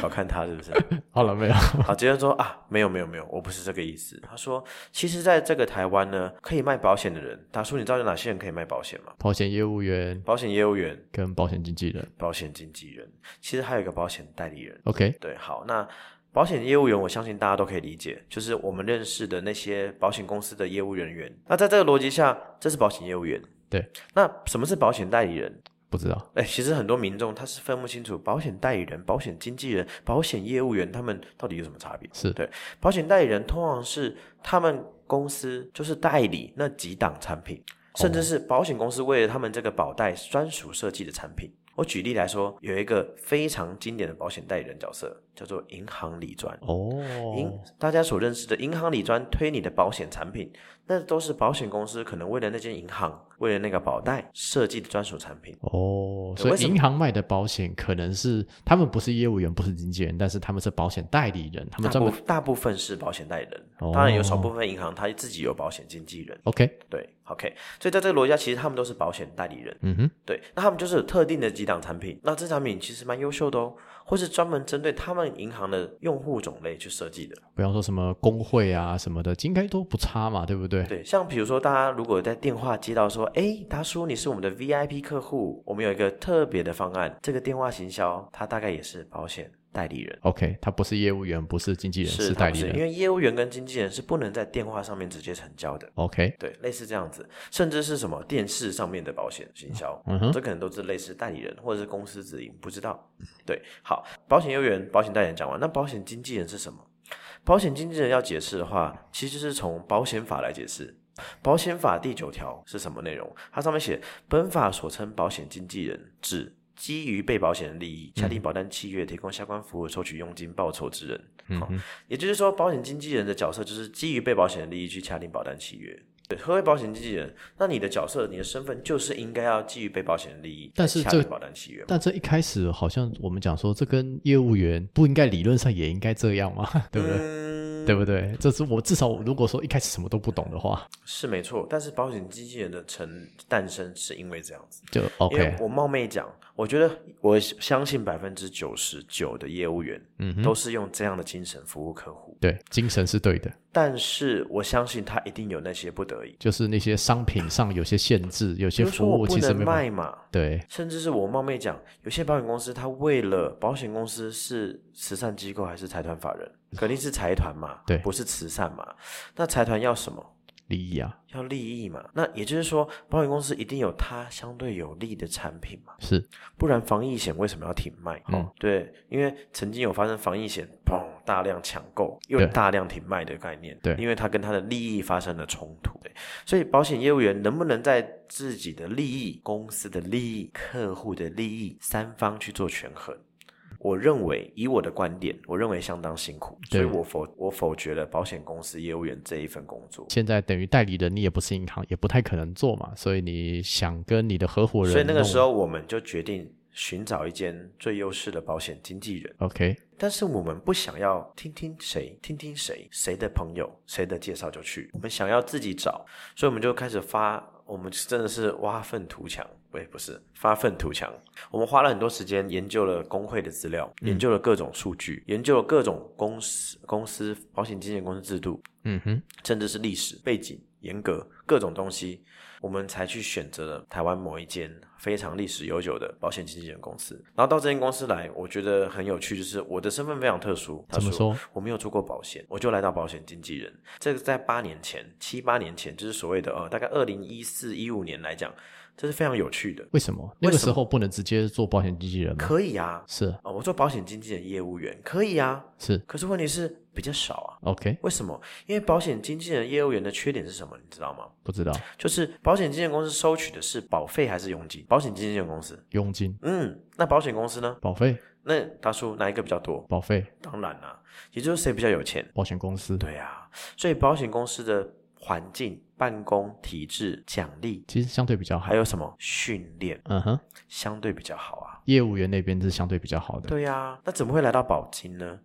Speaker 2: 小看他是不是？
Speaker 1: 好了没有？
Speaker 2: 好，直接说啊，没有没有没有，我不是这个意思。他说，其实在这个台湾呢，可以卖保险的人，大叔，你知道有哪些人可以卖保险吗？
Speaker 1: 保险业务员
Speaker 2: 保险业务员、
Speaker 1: 跟保险经纪人
Speaker 2: 保险经纪人，其实还有一个保险代理人。
Speaker 1: ，OK，
Speaker 2: 对，好，那保险业务员，我相信大家都可以理解，就是我们认识的那些保险公司的业务人员。那在这个逻辑下，这是保险业务员。
Speaker 1: 对，
Speaker 2: 那什么是保险代理人？
Speaker 1: 不知道，
Speaker 2: 哎，其实很多民众他是分不清楚保险代理人、保险经纪人、保险业务员他们到底有什么差别。
Speaker 1: 是
Speaker 2: 对保险代理人通常是他们公司就是代理那几档产品，
Speaker 1: 哦
Speaker 2: 甚至是保险公司为了他们这个保代专属设计的产品。我举例来说，有一个非常经典的保险代理人角色，叫做银行理专。
Speaker 1: 哦，
Speaker 2: 银大家所认识的银行理专推你的保险产品，那都是保险公司可能为了那间银行，为了那个保单设计的专属产品。
Speaker 1: 哦，
Speaker 2: 对
Speaker 1: 所
Speaker 2: 为
Speaker 1: 以
Speaker 2: 什么
Speaker 1: 银行卖的保险可能是他们不是业务员，不是经纪人，但是他们是保险代理人，他们
Speaker 2: 大
Speaker 1: 专
Speaker 2: 部
Speaker 1: 门
Speaker 2: 大部分是保险代理人，
Speaker 1: 哦
Speaker 2: 当然有少部分银行它自己有保险经纪人。
Speaker 1: OK，
Speaker 2: 对，OK，所以在这个逻辑下，其实他们都是保险代理人。
Speaker 1: 嗯哼，
Speaker 2: 对，那他们就是有特定的几档产品，那这产品其实蛮优秀的哦，或是专门针对他们银行的用户种类去设计的。
Speaker 1: 比方说什么工会啊什么的，应该都不差嘛，对不对？
Speaker 2: 对，像比如说大家如果在电话接到说，哎，达叔你是我们的 VIP 客户，我们有一个特别的方案，这个电话行销它大概也是保险代理人。
Speaker 1: OK，他不是业务员，不是经纪人，
Speaker 2: 是，
Speaker 1: 代
Speaker 2: 它不
Speaker 1: 理
Speaker 2: 是因
Speaker 1: 人。
Speaker 2: 为业务员跟经纪人是不能在电话上面直接成交的，
Speaker 1: OK，
Speaker 2: 对，类似这样子，甚至是什么电视上面的保险行销，
Speaker 1: 嗯哼
Speaker 2: 这可能都是类似代理人或者是公司直营，不知道。对，好，保险业务员、保险代理人讲完，那保险经纪人是什么？保险经纪人要解释的话，其实就是从保险法来解释。保险法第九条是什么内容？它上面写，本法所称保险经纪人，指基于被保险人利益
Speaker 1: 嗯
Speaker 2: 下定保单契约，提供相关服务，收取佣金报酬之人。
Speaker 1: 嗯
Speaker 2: 好
Speaker 1: 哼，
Speaker 2: 也就是说，保险经纪人的角色就是基于被保险人利益去下定保单契约。对，何为保险经纪人？那你的角色、你的身份就是应该要基于被保险人利益，
Speaker 1: 但是
Speaker 2: 下
Speaker 1: 这
Speaker 2: 定保单契约嘛。
Speaker 1: 但这一开始好像我们讲说，这跟业务员不应该理论上也应该这样嘛， 对不对？
Speaker 2: 嗯
Speaker 1: 对不对？这是我至少我如果说一开始什么都不懂的话，
Speaker 2: 是没错，但是保险经纪人的成诞生是因为这样子。
Speaker 1: 就
Speaker 2: 因为
Speaker 1: OK。
Speaker 2: 我冒昧讲，我觉得我相信百分之九十九的业务员
Speaker 1: 嗯哼，
Speaker 2: 都是用这样的精神服务客户，
Speaker 1: 对，精神是对的，
Speaker 2: 但是我相信他一定有那些不得已，
Speaker 1: 就是那些商品上有些限制，有
Speaker 2: 比
Speaker 1: 些
Speaker 2: 如说
Speaker 1: 服
Speaker 2: 我
Speaker 1: 务
Speaker 2: 不
Speaker 1: 其实
Speaker 2: 能
Speaker 1: 没办法
Speaker 2: 卖嘛，
Speaker 1: 对，
Speaker 2: 甚至是我冒昧讲，有些保险公司它为了保险公司是慈善机构还是财团法人，肯定是财团嘛，
Speaker 1: 对
Speaker 2: 不是慈善嘛，那财团要什么？
Speaker 1: 利益啊，
Speaker 2: 要利益嘛，那也就是说，保险公司一定有它相对有利的产品嘛，
Speaker 1: 是
Speaker 2: 不然防疫险为什么要停卖？
Speaker 1: 嗯
Speaker 2: 哦，对，因为曾经有发生防疫险砰大量抢购又
Speaker 1: 对
Speaker 2: 大量停卖的概念，
Speaker 1: 对
Speaker 2: 因为它跟它的利益发生了冲突，对，所以保险业务员能不能在自己的利益、公司的利益、客户的利益三方去做权衡？我认为，以我的观点，我认为相当辛苦，所
Speaker 1: 对
Speaker 2: 以我否我否决了保险公司业务员这一份工作。
Speaker 1: 现在等于代理人，你也不是银行，也不太可能做嘛，所以你想跟你的合伙人弄，
Speaker 2: 所以那个时候我们就决定寻找一间最优势的保险经纪人，
Speaker 1: OK，
Speaker 2: 但是我们不想要听听谁，听听谁，谁的朋友，谁的介绍就去，我们想要自己找，所以我们就开始发，我们真的是挖粪图强，喂，不是发粪图强，我们花了很多时间研究了工会的资料，研究了各种数据，研究了各种公司公司保险经纪人公司制度，
Speaker 1: 嗯哼，
Speaker 2: 甚至是历史背景、严格各种东西，我们才去选择了台湾某一间非常历史悠久的保险经纪人公司。然后到这间公司来，我觉得很有趣，就是我的身份非常特殊。他
Speaker 1: 怎么说？
Speaker 2: 我没有做过保险，我就来到保险经纪人。这个在八年前、七八年前，就是所谓的呃，大概二零一四一五年来讲，这是非常有趣的。
Speaker 1: 为什么那个时候不能直接做保险经纪人吗？
Speaker 2: 可以啊，
Speaker 1: 是
Speaker 2: 呃我做保险经纪人业务员可以啊，
Speaker 1: 是
Speaker 2: 可是问题是比较少啊。
Speaker 1: OK，
Speaker 2: 为什么？因为保险经纪人业务员的缺点是什么？你知道吗？
Speaker 1: 不知道
Speaker 2: 就是保险经纪人公司收取的是保费还是佣金？保险经纪人公司，
Speaker 1: 佣金、
Speaker 2: 嗯，那保险公司呢？
Speaker 1: 保费、
Speaker 2: 那大叔哪一个比较多？
Speaker 1: 保费、
Speaker 2: 当然啦、也就是谁比较有钱。
Speaker 1: 保险公司，
Speaker 2: 对啊，所以保险公司的环境、办公体制、奖励，
Speaker 1: 其实相对比较好
Speaker 2: 还。有什么训练，
Speaker 1: 嗯哼，
Speaker 2: 相对比较好啊。
Speaker 1: 业务员那边是相对比较好的。
Speaker 2: 对呀、那怎么会来到保金呢？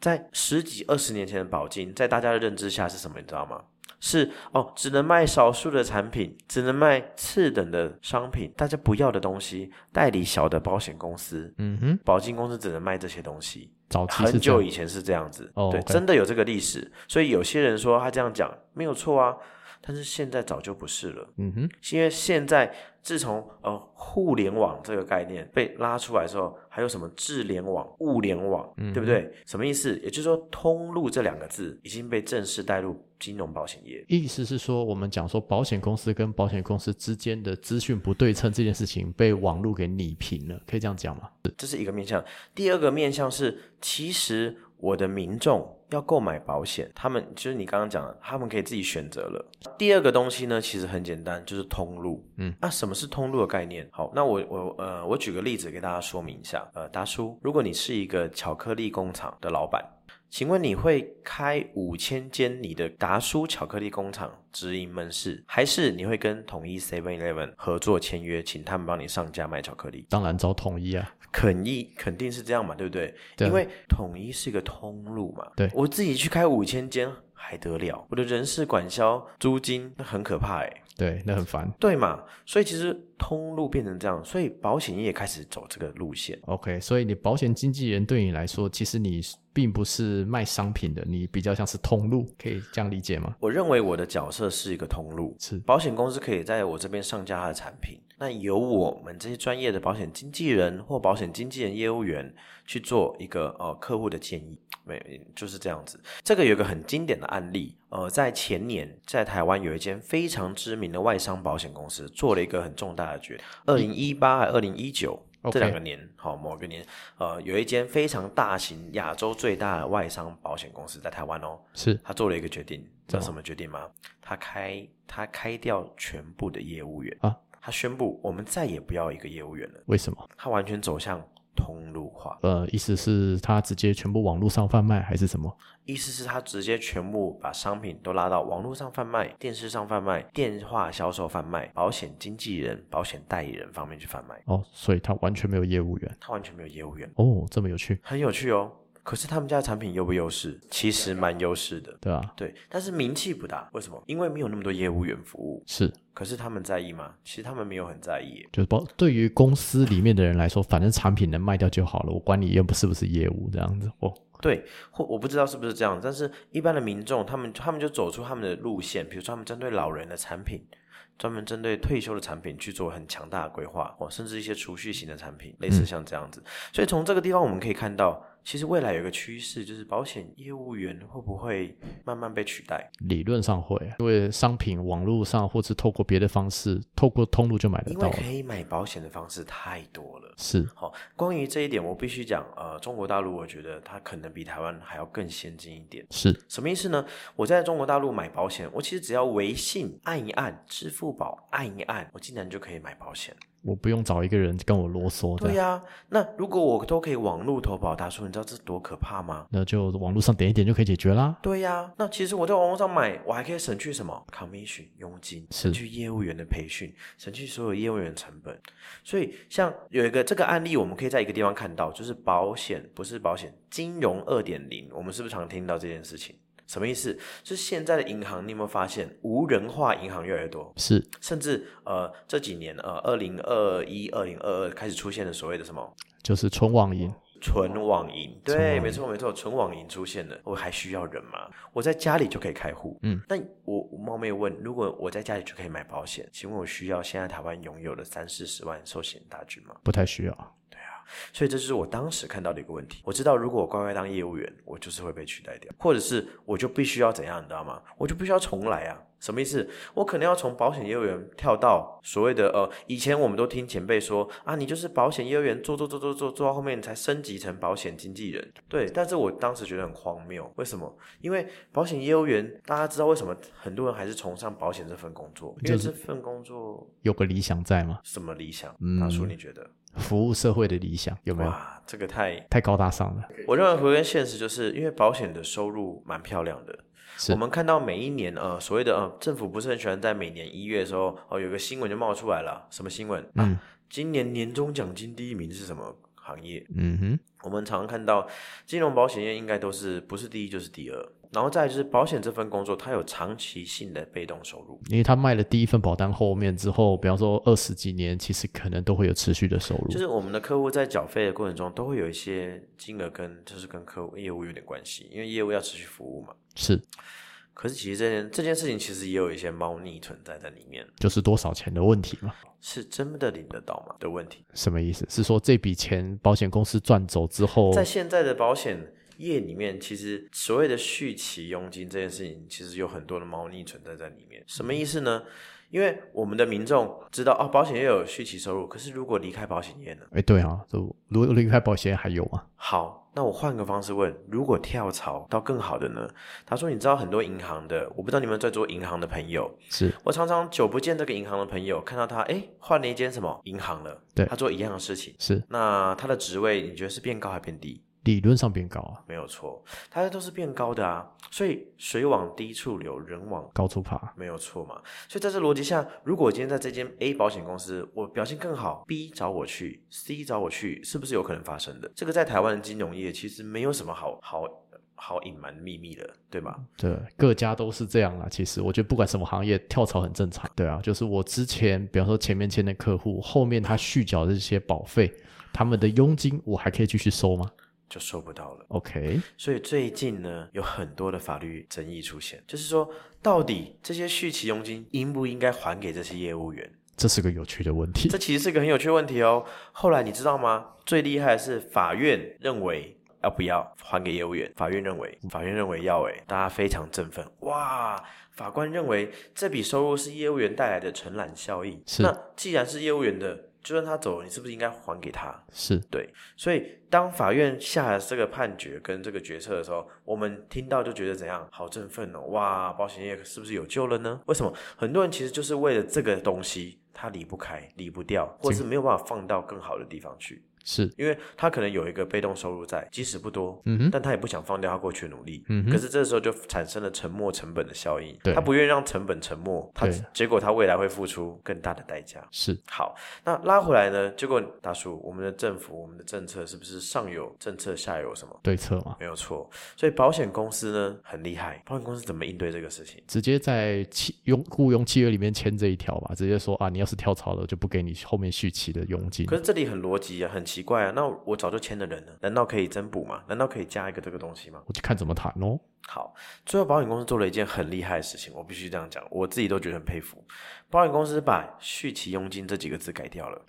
Speaker 2: 在十几二十年前的保金，在大家的认知下是什么？你知道吗？是哦，只能卖少数的产品，只能卖次等的商品，大家不要的东西，代理小的保险公司。
Speaker 1: 嗯哼，
Speaker 2: 保金公司只能卖这些东西，
Speaker 1: 早期哦
Speaker 2: 很
Speaker 1: 是这
Speaker 2: 久
Speaker 1: 样。
Speaker 2: 以前是这样子，
Speaker 1: 哦
Speaker 2: 对
Speaker 1: OK
Speaker 2: 真的有这个历史，所以有些人说他这样讲没有错啊，但是现在早就不是了。
Speaker 1: 嗯哼，
Speaker 2: 因为现在自从呃互联网这个概念被拉出来之后，还有什么智联网、物联网，对不对？什么意思？也就是说，通路这两个字已经被正式带入金融保险业。
Speaker 1: 意思是说，我们讲说保险公司跟保险公司之间的资讯不对称这件事情被网络给拟平了，可以这样讲吗？
Speaker 2: 这是一个面向。第二个面向是，其实我的民众要购买保险，他们就是你刚刚讲的，他们可以自己选择了。第二个东西呢，其实很简单，就是通路。
Speaker 1: 嗯，
Speaker 2: 那、什么是通路的概念？好，那我我呃，我举个例子给大家说明一下。呃，达叔，如果你是一个巧克力工厂的老板，请问你会开五千间你的达叔巧克力工厂直营门市，还是你会跟统一 Seven Eleven 合作签约，请他们帮你上架卖巧克力？
Speaker 3: 当然找统一啊，
Speaker 2: 肯一肯定是这样嘛，对不对？
Speaker 1: 对
Speaker 2: 因为统一是一个通路嘛。
Speaker 1: 对
Speaker 2: 我自己去开五千间还得了？我的人事、管销、租金那很可怕哎、
Speaker 1: 对，那很烦。
Speaker 2: 对嘛？所以其实通路变成这样，所以保险业开始走这个路线。
Speaker 1: OK，所以你保险经纪人对你来说，其实你并不是卖商品的，你比较像是通路，可以这样理解吗？
Speaker 2: 我认为我的角色是一个通路，
Speaker 1: 是
Speaker 2: 保险公司可以在我这边上架它的产品，那由我们这些专业的保险经纪人或保险经纪人业务员去做一个呃客户的建议，没就是这样子。这个有一个很经典的案例，呃，在前年在台湾有一间非常知名的外商保险公司做了一个很重大的决定，二零一八还二零一九。
Speaker 1: OK
Speaker 2: 这两个年，好、某个年，呃，有一间非常大型、亚洲最大的外商保险公司在台湾哦，
Speaker 1: 是
Speaker 2: 他做了一个决定，知
Speaker 1: 怎
Speaker 2: 道
Speaker 1: 么
Speaker 2: 什么决定吗？他开他开掉全部的业务员
Speaker 1: 啊，
Speaker 2: 他宣布我们再也不要一个业务员了，
Speaker 1: 为什么？
Speaker 2: 他完全走向通路化，
Speaker 1: 呃，意思是他直接全部网络上贩卖还是什么？
Speaker 2: 意思是他直接全部把商品都拉到网络上贩卖、电视上贩卖、电话销售贩卖、保险经纪人、保险代理人方面去贩卖，
Speaker 1: 哦，所以他完全没有业务员。
Speaker 2: 他完全没有业务员，
Speaker 1: 哦，这么有趣，
Speaker 2: 很有趣哦。可是他们家的产品优不优势？其实蛮优势的，
Speaker 1: 对啊，
Speaker 2: 对，但是名气不大，为什么？因为没有那么多业务员服务。
Speaker 1: 是，
Speaker 2: 可是他们在意吗？其实他们没有很在意。
Speaker 1: 就是包对于公司里面的人来说，反正产品能卖掉就好了，我管你业不是不是业务这样子。哦，
Speaker 2: 对，或我不知道是不是这样，但是一般的民众，他们他们就走出他们的路线，比如说他们针对老人的产品，专门针对退休的产品去做很强大的规划，哦，甚至一些储蓄型的产品，类似像这样子。所以从这个地方我们可以看到，其实未来有一个趋势，就是保险业务员会不会慢慢被取代？
Speaker 1: 理论上会，啊因为商品网络上或是透过别的方式，透过通路就买得
Speaker 2: 因
Speaker 1: 到
Speaker 2: 为
Speaker 1: 了
Speaker 2: 可。以买保险的方式太多了。
Speaker 1: 是
Speaker 2: 好，关于这一点，我必须讲，呃，中国大陆我觉得它可能比台湾还要更先进一点。
Speaker 1: 是，
Speaker 2: 什么意思呢？我在中国大陆买保险，我其实只要微信按一按，支付宝按一按，我竟然就可以买保险。
Speaker 1: 我不用找一个人跟我啰嗦的。
Speaker 2: 对啊呀、那如果我都可以网络投保，大叔，你知道这多可怕吗？
Speaker 1: 那就网络上点一点就可以解决啦。
Speaker 2: 对呀、那其实我在网络上买，我还可以省去什么 commission 佣金，
Speaker 1: 是
Speaker 2: 省去业务员的培训，省去所有业务员成本。所以像有一个这个案例，我们可以在一个地方看到，就是保险不是保险，金融二点零，我们是不是常听到这件事情？什么意思？就是现在的银行，你有没有发现无人化银行越来越多？
Speaker 1: 是
Speaker 2: 甚至呃这几年呃二零二一、二零二二开始出现了所谓的什么
Speaker 1: 就是纯网银，
Speaker 2: 纯网银，
Speaker 1: 纯网
Speaker 2: 对，
Speaker 1: 银
Speaker 2: 没错没错，纯网银出现了，我还需要人吗？我在家里就可以开户，
Speaker 1: 嗯，
Speaker 2: 那我我冒昧问，如果我在家里就可以买保险，请问我需要现在台湾拥有的三四十万寿险大军吗？
Speaker 1: 不太需要。
Speaker 2: 所以这就是我当时看到的一个问题。我知道，如果我乖乖当业务员，我就是会被取代掉，或者是我就必须要怎样，你知道吗？我就必须要重来啊！什么意思？我可能要从保险业务员跳到所谓的呃，以前我们都听前辈说啊，你就是保险业务员做做做做做做到后面才升级成保险经纪人。对，但是我当时觉得很荒谬，为什么？因为保险业务员，大家知道为什么很多人还是崇尚保险这份工作，因
Speaker 1: 就
Speaker 2: 为
Speaker 1: 是
Speaker 2: 这份工作
Speaker 1: 有个理想在吗？
Speaker 2: 什么理想？
Speaker 1: 嗯
Speaker 2: 大叔，你觉得？
Speaker 1: 服务社会的理想有没有？
Speaker 2: 哇，这个太
Speaker 1: 太高大上了。
Speaker 2: 我认为回归现实，就是因为保险的收入蛮漂亮的。
Speaker 1: 是
Speaker 2: 我们看到每一年，呃，所谓的呃，政府不是很喜欢在每年一月的时候，哦、有个新闻就冒出来了，什么新闻？啊，
Speaker 1: 嗯
Speaker 2: 今年年终奖金第一名是什么行业？
Speaker 1: 嗯哼，
Speaker 2: 我们常看到金融保险业应该都是不是第一就是第二，然后再来就是保险这份工作，它有长期性的被动收入。
Speaker 1: 因为他卖了第一份保单后面之后，比方说二十几年，其实可能都会有持续的收入。
Speaker 2: 就是我们的客户在缴费的过程中，都会有一些金额跟就是跟客户业务有点关系，因为业务要持续服务嘛。
Speaker 1: 是
Speaker 2: 可是其实这件这件事情其实也有一些猫腻存在在里面，
Speaker 1: 就是多少钱的问题嘛？
Speaker 2: 是真的领得到吗的问题。
Speaker 1: 什么意思？是说这笔钱保险公司赚走之后，
Speaker 2: 在现在的保险业里面，其实所谓的续期佣金这件事情，其实有很多的猫腻存在在里面。什么意思呢？因为我们的民众知道哦，保险业有续期收入，可是如果离开保险业呢？
Speaker 1: 哎，对啊，就如果离开保险还有吗？
Speaker 2: 好，那我换个方式问，如果跳槽到更好的呢？他说，你知道很多银行的，我不知道你们在做银行的朋友，
Speaker 1: 是
Speaker 2: 我常常久不见这个银行的朋友，看到他哎换了一间什么银行了，
Speaker 1: 对
Speaker 2: 他做一样的事情，
Speaker 1: 是，
Speaker 2: 那他的职位你觉得是变高还变低？
Speaker 1: 理论上变高啊，
Speaker 2: 没有错，它都是变高的啊，所以水往低处流，人往
Speaker 1: 高处爬，
Speaker 2: 没有错嘛。所以在这逻辑下，如果我今天在这间 A 保险公司，我表现更好，B 找我去，C 找我去，是不是有可能发生的？这个在台湾的金融业其实没有什么好好好隐瞒秘密的，对吧？
Speaker 1: 对，各家都是这样啦。其实我觉得不管什么行业，跳槽很正常。对啊，就是我之前，比方说前面签的客户，后面他续缴的这些保费，他们的佣金，我还可以继续收吗
Speaker 2: 就收不到了。
Speaker 1: ？OK，
Speaker 2: 所以最近呢，有很多的法律争议出现，就是说，到底这些续期佣金应不应该还给这些业务员？
Speaker 1: 这是个有趣的问题
Speaker 2: 这。其实是个很有趣的问题哦。后来你知道吗？最厉害的是法院认为要不要还给业务员，法院认为，法院认为要诶，大家非常振奋，哇！法官认为这笔收入是业务员带来的承揽效应，
Speaker 1: 是
Speaker 2: 那既然是业务员的，就算他走了，你是不是应该还给他？
Speaker 1: 是
Speaker 2: 对，所以当法院下了这个判决跟这个决策的时候，我们听到就觉得怎样，好振奋哦！哇，保险业是不是有救了呢？为什么很多人其实就是为了这个东西，他离不开、离不掉，或是没有办法放到更好的地方去，
Speaker 1: 是，
Speaker 2: 因为他可能有一个被动收入在，即使不多，
Speaker 1: 嗯哼，
Speaker 2: 但他也不想放掉他过去的努力。
Speaker 1: 嗯
Speaker 2: 可
Speaker 1: 哼，
Speaker 2: 是这时候就产生了沉没成本的效应
Speaker 1: 对，
Speaker 2: 他不愿意让成本沉没，他
Speaker 1: 对
Speaker 2: 结果他未来会付出更大的代价。
Speaker 1: 是
Speaker 2: 好，那拉回来呢？结果大叔，我们的政府、我们的政策是不是上有政策，下有什么？
Speaker 1: 对策嘛？
Speaker 2: 没有错，所以保险公司呢很厉害。保险公司怎么应对这个事情？
Speaker 1: 直接在契佣雇佣契约里面签这一条吧，直接说啊，你要是跳槽了，就不给你后面续期的佣金
Speaker 2: 可。是这里很逻辑啊，很奇怪啊。那我早就签的人呢？难道可以增补吗？难道可以加一个这个东西吗？
Speaker 1: 我就看怎么谈哦。
Speaker 2: 好，最后保险公司做了一件很厉害的事情，我必须这样讲，我自己都觉得很佩服。保险公司把“续期佣金”这几个字改掉了，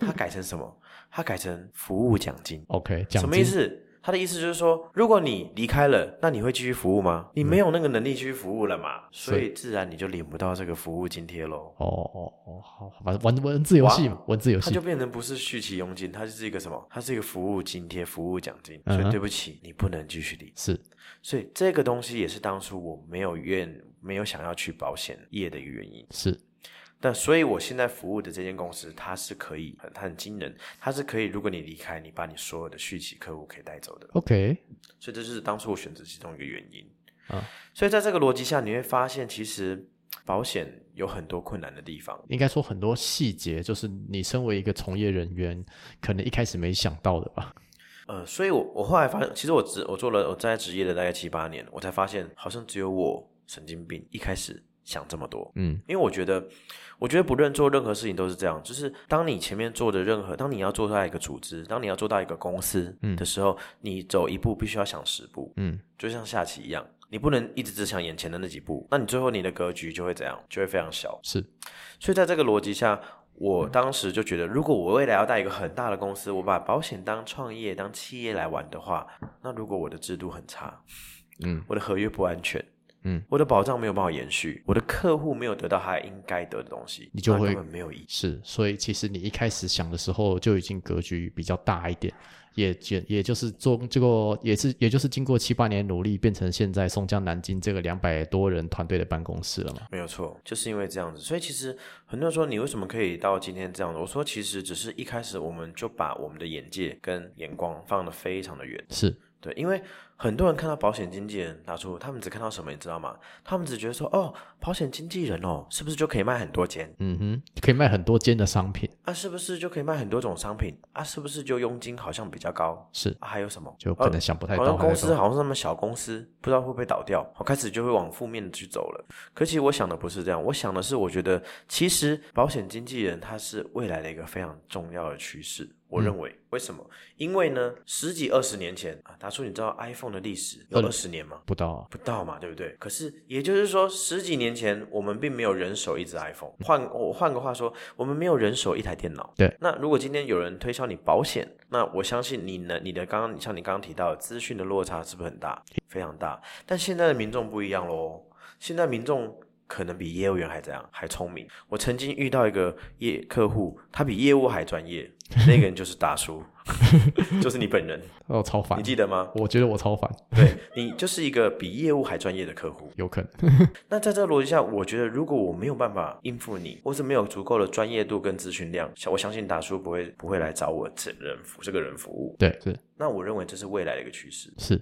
Speaker 2: 它改成什么？它改成服务奖金。
Speaker 1: OK，奖
Speaker 2: 什么
Speaker 1: 金
Speaker 2: 意思？他的意思就是说，如果你离开了，那你会继续服务吗？你没有那个能力继续服务了
Speaker 1: 嗯
Speaker 2: 嘛，所以自然你就领不到这个服务津贴喽。
Speaker 1: 哦哦哦，好，反正玩文字游戏嘛，文字游
Speaker 2: 它
Speaker 1: 戏
Speaker 2: 就变成不是续期佣金，它就是一个什么？它是一个服务津贴、服务奖金。
Speaker 1: 嗯哼
Speaker 2: 所以对不起，你不能继续领。
Speaker 1: 是
Speaker 2: 所以这个东西也是当初我没有愿、没有想要去保险业的一个原因。
Speaker 1: 是
Speaker 2: 但所以我现在服务的这间公司，它是可以很它很惊人，它是可以，如果你离开，你把你所有的续期客户可以带走的。
Speaker 1: OK
Speaker 2: 所以这就是当初我选择其中一个原因。
Speaker 1: 啊，
Speaker 2: 所以在这个逻辑下，你会发现其实保险有很多困难的地方。
Speaker 1: 应该说很多细节，就是你身为一个从业人员，可能一开始没想到的吧。
Speaker 2: 呃，所以我我后来发现，其实我职我做了我在职业的大概七八年，我才发现好像只有我神经病，一开始想这么多。
Speaker 1: 嗯，
Speaker 2: 因为我觉得，我觉得不论做任何事情都是这样，就是当你前面做的任何，当你要做到一个组织，当你要做到一个公司
Speaker 1: 嗯
Speaker 2: 的时候，你走一步必须要想十步。
Speaker 1: 嗯，
Speaker 2: 就像下棋一样，你不能一直只想眼前的那几步，那你最后你的格局就会怎样？就会非常小。
Speaker 1: 是
Speaker 2: 所以在这个逻辑下，我当时就觉得，如果我未来要带一个很大的公司，我把保险当创业、当企业来玩的话，那如果我的制度很差，
Speaker 1: 嗯，
Speaker 2: 我的合约不安全，
Speaker 1: 嗯，
Speaker 2: 我的保障没有办法延续，我的客户没有得到他应该得的东西，
Speaker 1: 你就
Speaker 2: 那
Speaker 1: 会
Speaker 2: 根本没有意义。
Speaker 1: 是，所以其实你一开始想的时候就已经格局比较大一点，也也也就是做这个，也是也就是经过七八年努力，变成现在松江南京这个两百多人团队的办公室了嘛。
Speaker 2: 没有错，就是因为这样子，所以其实很多人说你为什么可以到今天这样子？我说其实只是一开始我们就把我们的眼界跟眼光放得非常的远，
Speaker 1: 是
Speaker 2: 对，因为很多人看到保险经纪人拿出，他们只看到什么，你知道吗？他们只觉得说哦，保险经纪人哦，是不是就可以卖很多间？
Speaker 1: 嗯哼，可以卖很多间的商品，
Speaker 2: 啊，是不是就可以卖很多种商品？啊，是不是就佣金好像比较高？
Speaker 1: 是
Speaker 2: 啊，还有什么？
Speaker 1: 就可
Speaker 2: 哦
Speaker 1: 能想不太
Speaker 2: 好
Speaker 1: 到
Speaker 2: 像
Speaker 1: 还在
Speaker 2: 公
Speaker 1: 说。
Speaker 2: 司好像是那么小公司，不知道会不会倒掉，我开始就会往负面的去走了。可其实我想的不是这样，我想的是，我觉得其实保险经纪人他是未来的一个非常重要的趋势。我认为、为什么？因为呢，十几二十年前啊，达叔，你知道 iPhone 的历史有
Speaker 1: 嗯
Speaker 2: 二十年吗？
Speaker 1: 不到啊
Speaker 2: 不到嘛，对不对？可是也就是说，十几年前我们并没有人手一只 iPhone，换我换个话说，我们没有人手一台电脑。
Speaker 1: 对。
Speaker 2: 那如果今天有人推销你保险，那我相信你能你的刚刚像你刚刚提到的资讯的落差是不是很大？非常大。但现在的民众不一样喽，现在民众。可能比业务员还怎样还聪明。我曾经遇到一个业客户，他比业务还专业，那个人就是大叔， 就是你本人，
Speaker 1: 哦，超烦
Speaker 2: 你，记得吗？
Speaker 1: 我觉得我超烦，
Speaker 2: 对你就是一个比业务还专业的客户。
Speaker 1: 有可能。
Speaker 2: 那在这个逻辑下，我觉得如果我没有办法应付你，或是没有足够的专业度跟咨询量，像我相信达叔不会不会来找我这人服这个人服务。
Speaker 1: 对，是
Speaker 2: 那我认为这是未来的一个趋势。
Speaker 1: 是，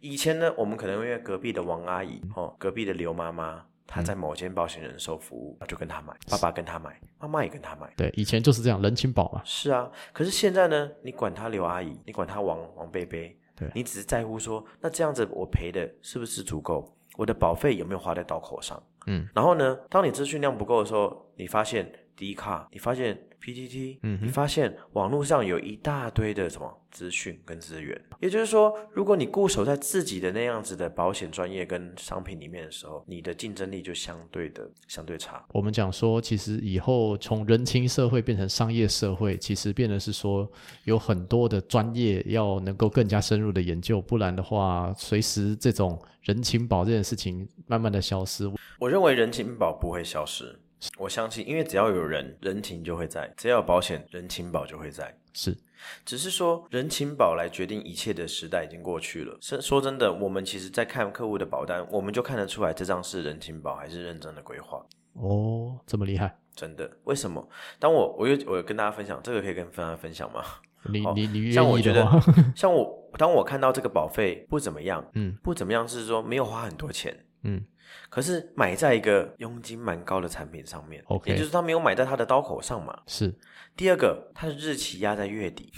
Speaker 2: 以前呢，我们可能因为隔壁的王阿姨哦，隔壁的刘妈妈，她在某间保险人寿服务，那就跟她买，爸爸跟她买，妈妈也跟她买。
Speaker 1: 对，以前就是这样，人情宝嘛，
Speaker 2: 是啊，可是现在呢，你管她刘阿姨，你管她王王贝贝，
Speaker 1: 对
Speaker 2: 你只是在乎说，那这样子我赔的是不是足够？我的保费有没有花在刀口上？
Speaker 1: 嗯，
Speaker 2: 然后呢，当你资讯量不够的时候，你发现迪卡，你发现 PTT，
Speaker 1: 嗯哼
Speaker 2: 你发现网络上有一大堆的什么资讯跟资源。也就是说，如果你固守在自己的那样子的保险专业跟商品里面的时候，你的竞争力就相对的相对差。
Speaker 1: 我们讲说，其实以后从人情社会变成商业社会，其实变得是说有很多的专业要能够更加深入的研究，不然的话，随时这种人情保这件事情慢慢的消失。
Speaker 2: 我认为人情保不会消失，我相信，因为只要有人，人情就会在；只要有保险，人情保就会在。
Speaker 1: 是
Speaker 2: 只是说人情保来决定一切的时代已经过去了。是说真的，我们其实在看客户的保单，我们就看得出来这张是人情保还是认真的规划。
Speaker 1: 哦，这么厉害，
Speaker 2: 真的，为什么？当我我有我有跟大家分享这个，可以跟大家分享吗？
Speaker 1: 你
Speaker 2: 好
Speaker 1: 你你
Speaker 2: 哦像
Speaker 1: 愿
Speaker 2: 我
Speaker 1: 意
Speaker 2: 觉
Speaker 1: 的
Speaker 2: 得
Speaker 1: 话，，
Speaker 2: 像我当我看到这个保费不怎么样，
Speaker 1: 嗯
Speaker 2: 不怎么样是说没有花很多钱，
Speaker 1: 嗯，
Speaker 2: 可是买在一个佣金蛮高的产品上面
Speaker 1: OK
Speaker 2: 也就是他没有买在他的刀口上嘛。
Speaker 1: 是
Speaker 2: 第二个，它的日期压在 月底，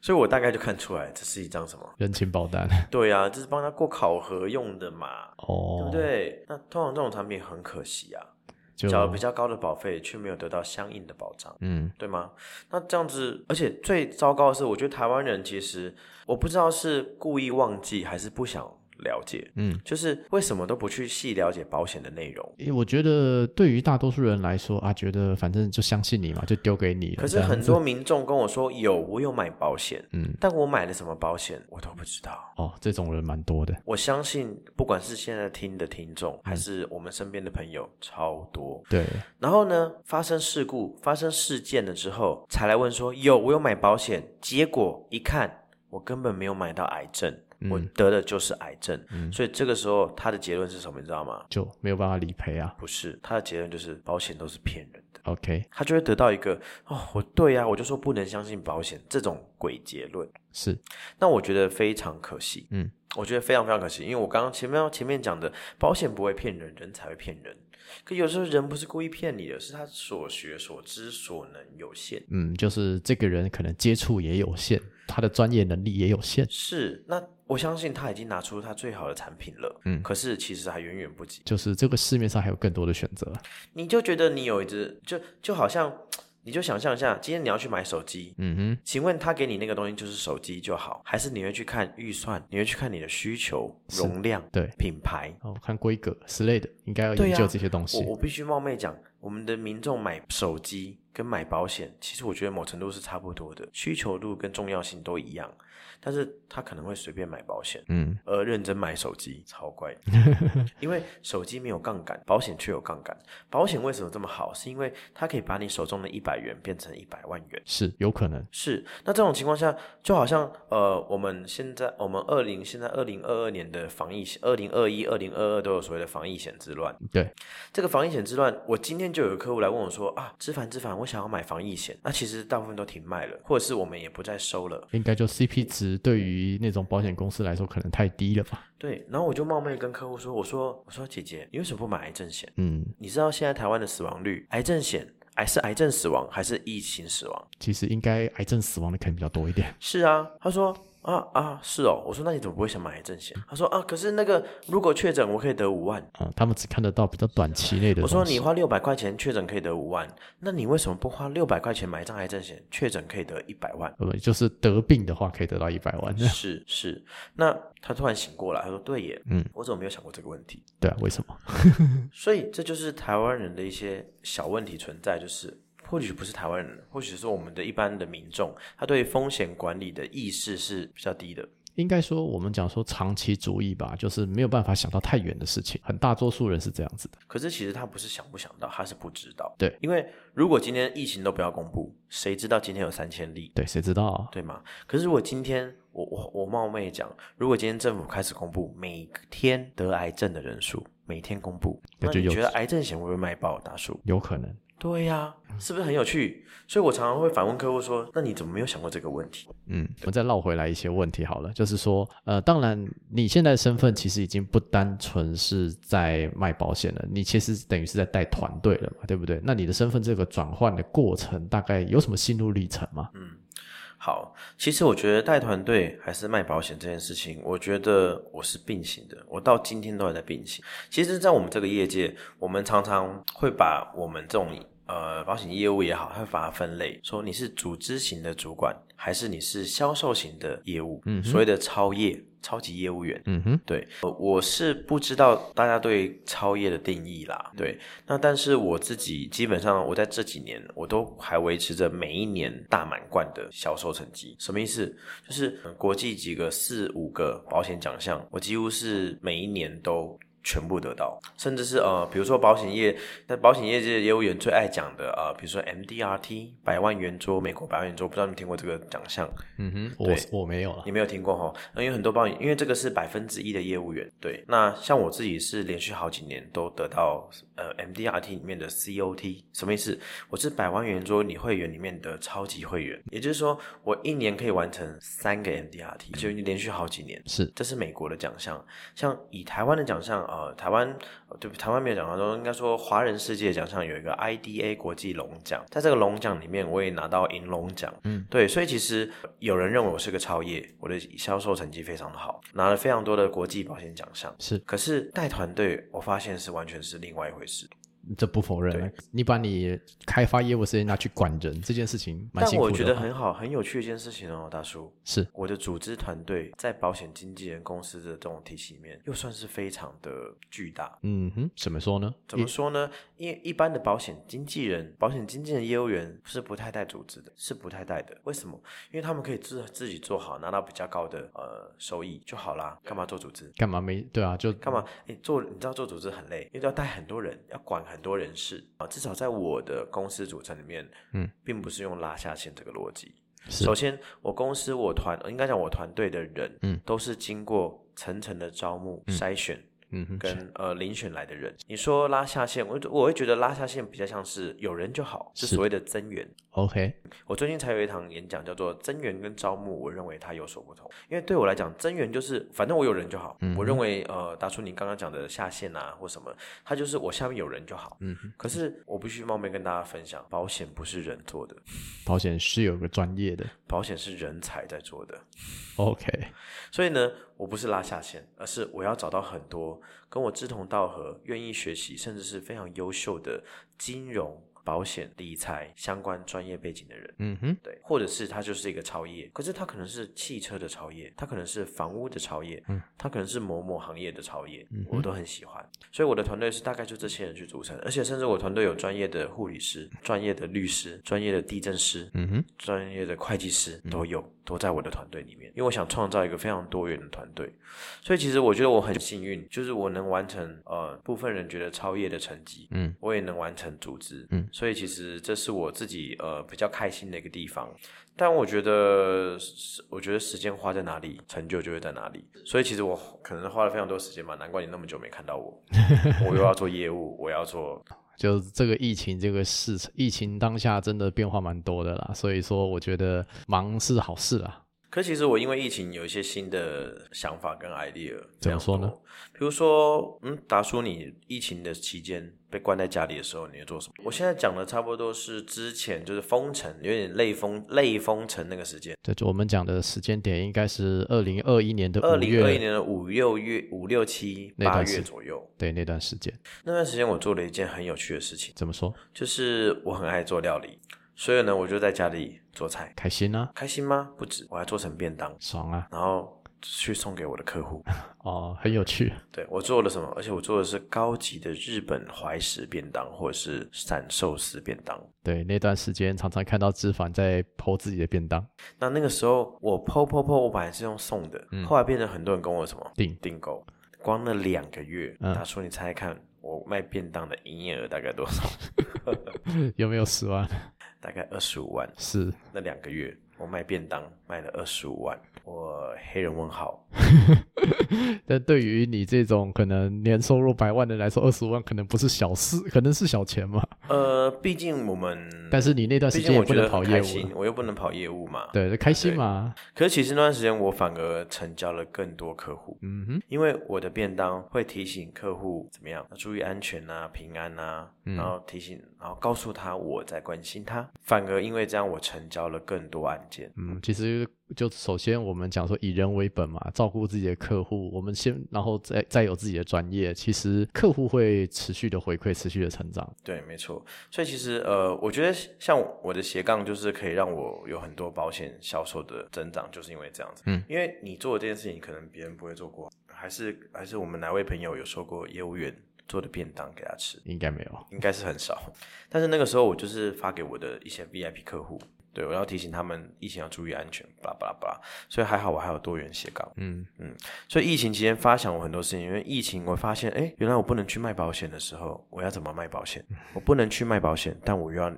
Speaker 2: 所以我大概就看出来这是一张什么。
Speaker 1: 人情保单
Speaker 2: 对啊，这是帮他过考核用的嘛，对
Speaker 1: 哦，
Speaker 2: 不？对？那通常这种产品很可惜啊，
Speaker 1: 就
Speaker 2: 缴了比较高的保费，却没有得到相应的保障。
Speaker 1: 嗯
Speaker 2: 对吗？那这样子，而且最糟糕的是，我觉得台湾人其实我不知道是故意忘记还是不想了解，
Speaker 1: 嗯。
Speaker 2: 就是为什么都不去细了解保险的内容。
Speaker 1: 诶我觉得对于大多数人来说啊，觉得反正就相信你嘛，就丢给你了。
Speaker 2: 可
Speaker 1: 这
Speaker 2: 是
Speaker 1: 样
Speaker 2: 很
Speaker 1: 子
Speaker 2: 多民众跟我说有，我有买保险，
Speaker 1: 嗯
Speaker 2: 但我买了什么保险我都不知道。
Speaker 1: 哦，这种人蛮多的。
Speaker 2: 我相信，不管是现在听的听众，
Speaker 1: 嗯
Speaker 2: 还是我们身边的朋友，超多。
Speaker 1: 对，
Speaker 2: 然后呢，发生事故、发生事件了之后，才来问说有我有买保险，结果一看我根本没有买到癌症，我得的就是癌症。所以这个时候他的结论是什么，你知道吗？
Speaker 1: 就没有办法理赔啊。
Speaker 2: 不是，他的结论就是保险都是骗人的。
Speaker 1: OK，
Speaker 2: 他就会得到一个哦，我对啊，我就说不能相信保险这种鬼结论。
Speaker 1: 是
Speaker 2: 那我觉得非常可惜，
Speaker 1: 嗯，
Speaker 2: 我觉得非常非常可惜，因为我刚刚前面前面讲的，保险不会骗人，人才会骗人。可有时候人不是故意骗你的，是他所学所知所能有限。
Speaker 1: 嗯，就是这个人可能接触也有限，他的专业能力也有限，
Speaker 2: 是，那我相信他已经拿出他最好的产品了，
Speaker 1: 嗯
Speaker 2: 可是其实还远远不及。
Speaker 1: 就是这个市面上还有更多的选择。
Speaker 2: 你就觉得你有一只，就就好像，你就想象一下，今天你要去买手机，
Speaker 1: 嗯
Speaker 2: 请问他给你那个东西就是手机就好，还是你会去看预算，你会去看你的需求、
Speaker 1: 是
Speaker 2: 容量、
Speaker 1: 对
Speaker 2: 品牌？
Speaker 1: 哼，哦，看规格之类的，应该要研
Speaker 2: 对呀
Speaker 1: 究这些东西
Speaker 2: 我。我必须冒昧讲，我们的民众买手机跟买保险，其实我觉得某程度是差不多的，需求度跟重要性都一样，但是他可能会随便买保险。
Speaker 1: 嗯，
Speaker 2: 而认真买手机，超怪的，因为手机没有杠杆，保险却有杠杆。保险为什么这么好？是因为它可以把你手中的一百元变成一百万元。
Speaker 1: 是有可能。
Speaker 2: 是，那这种情况下，就好像呃，我们现在我们二零现在二零二二年的防疫，二零二一、二零二二都有所谓的防疫险之乱。
Speaker 1: 对，
Speaker 2: 这个防疫险之乱，我今天就有客户来问我说啊，知凡知凡，我想要买防疫险，那其实大部分都停卖了，或者是我们也不再收了。
Speaker 1: 应该就 CP 值对于那种保险公司来说可能太低了吧？
Speaker 2: 对，然后我就冒昧跟客户说，我说我说姐姐，你为什么不买癌症险？
Speaker 1: 嗯，
Speaker 2: 你知道现在台湾的死亡率，癌症险还是癌症死亡还是疫情死亡？
Speaker 1: 其实应该癌症死亡的可能比较多一点。
Speaker 2: 是啊，他说啊啊，是哦。我说那你怎么不会想买癌症险？他说啊，可是那个如果确诊，我可以得五万。
Speaker 1: 啊，他们只看得到比较短期内的东
Speaker 2: 我
Speaker 1: 西。呃
Speaker 2: 说你花六百块钱确诊可以得五万，那你为什么不花六百块钱买一张癌症险，确诊可以得一百 万？
Speaker 1: 呃，就是得病的话可以得到一百万。
Speaker 2: 是是，那他突然醒过来，他说对耶，
Speaker 1: 嗯，
Speaker 2: 我怎么没有想过这个问题？
Speaker 1: 对啊，为什么？
Speaker 2: 所以这就是台湾人的一些小问题存在，就是或许不是台湾人，或许是我们的一般的民众，他对风险管理的意识是比较低的。
Speaker 1: 应该说我们讲说长期主义吧，就是没有办法想到太远的事情。很大多数人是这样子的。
Speaker 2: 可是其实他不是想不想到，他是不知道。
Speaker 1: 对，
Speaker 2: 因为如果今天疫情都不要公布，谁知道今天有三千例？
Speaker 1: 对，谁知道啊？
Speaker 2: 对吗？可是如果今天我我我冒昧讲，如果今天政府开始公布每天得癌症的人数，每天公布，
Speaker 1: 那
Speaker 2: 那
Speaker 1: 就
Speaker 2: 你
Speaker 1: 有
Speaker 2: 觉得癌症险会不会卖爆大数？
Speaker 1: 有可能。
Speaker 2: 对呀、是不是很有趣？所以我常常会反问客户说：“那你怎么没有想过这个问题
Speaker 1: 嗯，我们再绕回来一些问题好了，就是说，呃，当然你现在的身份其实已经不单纯是在卖保险了，你其实等于是在带团队了嘛，对不对？那你的身份这个转换的过程大概有什么心路历程吗？？”
Speaker 2: 好，其实我觉得带团队还是卖保险这件事情，我觉得我是并行的，我到今天都还在并行。其实，在我们这个业界，我们常常会把我们这种呃保险业务也好，它会把它分类，说你是组织型的主管，还是你是销售型的业务，
Speaker 1: 嗯哼
Speaker 2: 所谓的超业、超级业务员。
Speaker 1: 嗯哼，
Speaker 2: 对，呃我是不知道大家对超业的定义啦。对，那但是我自己基本上我在这几年我都还维持着每一年大满贯的销售成绩。什么意思？就是呃国际几个四五个保险奖项，我几乎是每一年都。全部得到，甚至是呃，比如说保险业，那保险业界业务员最爱讲的呃，比如说 MDRT 百万圆桌，美国百万圆桌，不知道你们听过这个奖项？
Speaker 1: 嗯哼，
Speaker 2: 对
Speaker 1: 我我没有了
Speaker 2: 你。没有听过哈？因为很多保险，因为这个是百分之一的业务员。对，那像我自己是连续好几年都得到呃 MDRT 里面的 COT，什么意思？我是百万圆桌你会员里面的超级会员，也就是说我一年可以完成三个 MDRT，就连续好几年。
Speaker 1: 是
Speaker 2: 这是美国的奖项，像以台湾的奖项，呃，台湾呃对台湾没有奖项中，应该说华人世界奖项有一个 IDA 国际龙奖，在这个龙奖里面，我也拿到银龙奖，
Speaker 1: 嗯，
Speaker 2: 对，所以其实有人认为我是个超业，我的销售成绩非常的好，拿了非常多的国际保险奖项，
Speaker 1: 是，
Speaker 2: 可是带团队，我发现是完全是另外一回事，
Speaker 1: 这不否认啊。你把你开发业务时间拿去管人这件事情，蛮
Speaker 2: 但
Speaker 1: 辛苦
Speaker 2: 我
Speaker 1: 的吧。
Speaker 2: 觉得很好，很有趣的一件事情哦，大叔，
Speaker 1: 是
Speaker 2: 我的组织团队在保险经纪人公司的这种体系里面，又算是非常的巨大，
Speaker 1: 嗯哼，怎么说呢？
Speaker 2: 怎么说呢？因为一般的保险经纪人、保险经纪人业务员是不太带组织的，是不太带的。为什么？因为他们可以自自己做好，拿到比较高的呃收益就好啦，干嘛做组织？
Speaker 1: 干嘛没对啊？就
Speaker 2: 干嘛？你做你知道做组织很累，因为要带很多人，要管很多人事啊。至少在我的公司组成里面，
Speaker 1: 嗯，
Speaker 2: 并不是用拉下线这个逻辑。
Speaker 1: 是
Speaker 2: 首先，我公司我团应该讲我团队的人，
Speaker 1: 嗯，
Speaker 2: 都是经过层层的招募、筛选，
Speaker 1: 嗯哼，
Speaker 2: 跟呃遴选来的人，你说拉下线，我我会觉得拉下线比较像是有人就好，是
Speaker 1: 是
Speaker 2: 所谓的增援。
Speaker 1: OK，
Speaker 2: 我最近才有一堂演讲叫做“增援跟招募”，我认为它有所不同。因为对我来讲，增援就是反正我有人就好。
Speaker 1: 嗯哼
Speaker 2: 我认为呃，达叔你刚刚讲的下线啊或什么，它就是我下面有人就好。
Speaker 1: 嗯哼，
Speaker 2: 可是我必须冒昧跟大家分享，保险不是人做的，
Speaker 1: 保险是有个专业的
Speaker 2: 保险是人才在做的。
Speaker 1: OK。
Speaker 2: 所以呢，我不是拉下线，而是我要找到很多跟我志同道合、愿意学习，甚至是非常优秀的金融、保险、理财相关专业背景的人。
Speaker 1: 嗯哼，
Speaker 2: 对，或者是他就是一个超业，可是他可能是汽车的超业，他可能是房屋的超业，
Speaker 1: 嗯，
Speaker 2: 他可能是某某行业的超业，
Speaker 1: 嗯哼
Speaker 2: 我都很喜欢。所以我的团队是大概就这些人去组成，而且甚至我团队有专业的护理师、专业的律师、专业的地震师，
Speaker 1: 嗯哼，
Speaker 2: 专业的会计师
Speaker 1: 嗯
Speaker 2: 都有，都在我的团队里面，因为我想创造一个非常多元的团队，所以其实我觉得我很幸运，就是我能完成呃部分人觉得超越的成绩，
Speaker 1: 嗯，
Speaker 2: 我也能完成组织，
Speaker 1: 嗯，
Speaker 2: 所以其实这是我自己呃比较开心的一个地方，但我觉得是我觉得时间花在哪里，成就就会在哪里，所以其实我可能花了非常多时间吧，难怪你那么久没看 到我，我又要做业务，我要做
Speaker 1: 就这个疫情这个事，疫情当下真的变化蛮多的啦，所以说我觉得忙是好事啦。
Speaker 2: 可其实我因为疫情有一些新的想法跟 idea，
Speaker 1: 怎么说呢？
Speaker 2: 比如说，嗯，达叔，你疫情的期间被关在家里的时候，你会做什么？我现在讲的差不多是之前就是封城，有点类封类封城那个时间，
Speaker 1: 这就我们讲的时间点应该是二零二一年的
Speaker 2: 二
Speaker 1: 五
Speaker 2: 零二一
Speaker 1: 月，
Speaker 2: 年的五六月五六七
Speaker 1: 那
Speaker 2: 八
Speaker 1: 段时
Speaker 2: 月左右，
Speaker 1: 对那段时间。
Speaker 2: 那段时间我做了一件很有趣的事情，
Speaker 1: 怎么说？
Speaker 2: 就是我很爱做料理，所以呢，我就在家里做菜，
Speaker 1: 开心啊，
Speaker 2: 开心吗？不止，我还做成便当，
Speaker 1: 爽啊，
Speaker 2: 然后去送给我的客户。
Speaker 1: 哦，很有趣。
Speaker 2: 对我做了什么？而且我做的是高级的日本怀石便当，或者是散寿司便当。
Speaker 1: 对，那段时间常常看到志凡在剖自己的便当，
Speaker 2: 那那个时候我 PO PO PO，我本来是用送的，
Speaker 1: 嗯
Speaker 2: 后来变成很多人跟我什么
Speaker 1: 订
Speaker 2: 订购，光那两个月，
Speaker 1: 嗯
Speaker 2: 他说你猜猜看，我卖便当的营业额大概多少？
Speaker 1: 有没有十万？
Speaker 2: 大概二十五万。
Speaker 1: 是，
Speaker 2: 那两个月我卖便当卖了二十五万，我黑人问号。
Speaker 1: 但对于你这种可能年收入百万的人来说，二十万可能不是小事，可能是小钱嘛。
Speaker 2: 呃，毕竟我们，
Speaker 1: 但是你那段时
Speaker 2: 毕
Speaker 1: 间
Speaker 2: 竟
Speaker 1: 也
Speaker 2: 我
Speaker 1: 不
Speaker 2: 觉
Speaker 1: 能
Speaker 2: 得
Speaker 1: 跑
Speaker 2: 很
Speaker 1: 业
Speaker 2: 开
Speaker 1: 务
Speaker 2: 心啊
Speaker 1: 了，，
Speaker 2: 我又不能跑业务嘛。
Speaker 1: 对，开心嘛。
Speaker 2: 可是其实那段时间我反而成交了更多客户，
Speaker 1: 嗯哼，
Speaker 2: 因为我的便当会提醒客户怎么样，要注意安全啊、平安啊，
Speaker 1: 嗯
Speaker 2: 然后提醒，然后告诉他我在关心他。反而因为这样，我成交了更多案件。
Speaker 1: 嗯，其实就首先我们讲说以人为本嘛，照顾自己的客户，我们先然后再再有自己的专业，其实客户会持续的回馈，持续的成长。
Speaker 2: 对，没错。所以其实呃，我觉得像我的斜杠就是可以让我有很多保险销售的增长，就是因为这样子。
Speaker 1: 嗯，
Speaker 2: 因为你做的这件事情，可能别人不会做过，还是还是我们哪位朋友有说过业务员做的便当给他吃。
Speaker 1: 应该没有，
Speaker 2: 应该是很少。但是那个时候我就是发给我的一些 VIP 客户，对我要提醒他们疫情要注意安全，巴拉巴拉巴拉。所以还好我还有多元斜杠。
Speaker 1: 嗯，
Speaker 2: 所以疫情期间发想我很多事情，因为疫情我发现，哎，原来我不能去卖保险的时候，我要怎么卖保险？我不能去卖保险，但我又要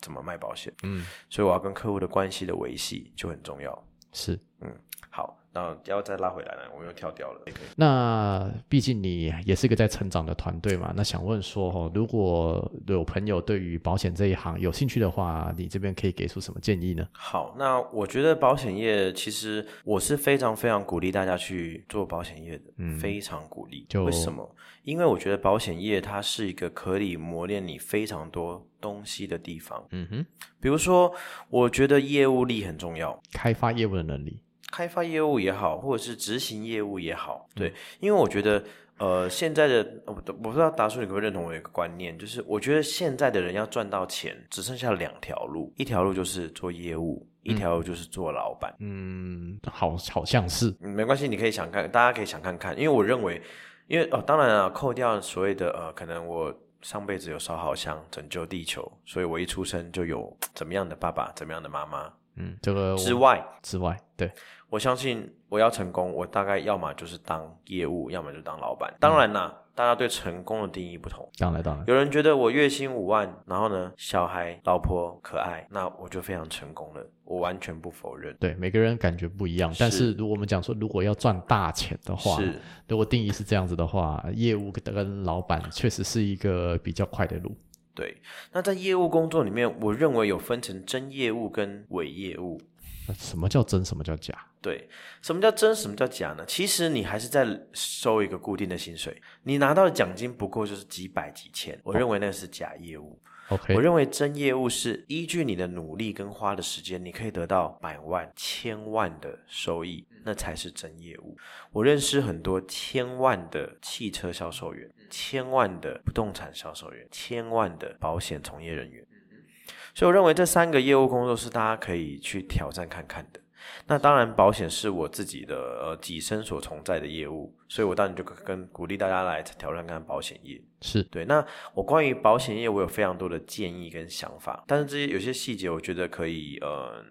Speaker 2: 怎么卖保险？
Speaker 1: 嗯，
Speaker 2: 所以我要跟客户的关系的维系就很重要。
Speaker 1: 是。
Speaker 2: 好，那要再拉回来呢，我又跳掉了。
Speaker 1: 那毕竟你也是个在成长的团队嘛，那想问说哦，如果有朋友对于保险这一行有兴趣的话，你这边可以给出什么建议呢？
Speaker 2: 好，那我觉得保险业其实我是非常非常鼓励大家去做保险业的，
Speaker 1: 嗯
Speaker 2: 非常鼓励。
Speaker 1: 就
Speaker 2: 为什么？因为我觉得保险业它是一个可以磨练你非常多东西的地方。
Speaker 1: 嗯哼，
Speaker 2: 比如说，我觉得业务力很重要，
Speaker 1: 开发业务的能力，
Speaker 2: 开发业务也好，或者是执行业务也好，
Speaker 1: 嗯
Speaker 2: 对，因为我觉得。呃，现在的我不我不知道达叔你可不可以认同我有一个观念，就是我觉得现在的人要赚到钱，只剩下两条路，一条路就是做业务，一条路就是做老板。
Speaker 1: 嗯，好，好像是，
Speaker 2: 嗯，没关系，你可以想看，大家可以想看看，因为我认为，因为哦，当然啊，扣掉所谓的呃，可能我上辈子有烧好香，拯救地球，所以我一出生就有怎么样的爸爸，怎么样的妈妈
Speaker 1: 嗯，这个我
Speaker 2: 之外，
Speaker 1: 之外，对，
Speaker 2: 我相信我要成功，我大概要么就是当业务，要么就当老板。当然啦、大家对成功的定义不同。
Speaker 1: 当然当然，
Speaker 2: 有人觉得我月薪五万，然后呢，小孩、老婆可爱，那我就非常成功了，我完全不否认。
Speaker 1: 对，每个人感觉不一样，但是
Speaker 2: 是
Speaker 1: 如果我们讲说，如果要赚大钱的话，
Speaker 2: 是，
Speaker 1: 如果定义是这样子的话，业务跟老板确实是一个比较快的路，
Speaker 2: 对，那在业务工作里面，我认为有分成真业务跟伪业务。
Speaker 1: 那什么叫真，什么叫假？
Speaker 2: 对，什么叫真，什么叫假呢？其实你还是在收一个固定的薪水，你拿到的奖金不过就是几百几千，我认为那是假业务。
Speaker 1: OK，
Speaker 2: 我认为真业务是依据你的努力跟花的时间，你可以得到百万、千万的收益，那才是真业务。我认识很多千万的汽车销售员、千万的不动产销售员、千万的保险从业人员，所以我认为这三个业务工作是大家可以去挑战看看的。那当然，保险是我自己的呃己身所从在的业务，所以我当然就跟鼓励大家来挑战看保险业。
Speaker 1: 是，
Speaker 2: 对，那我关于保险业，我有非常多的建议跟想法，但是这些有些细节，我觉得可以，呃，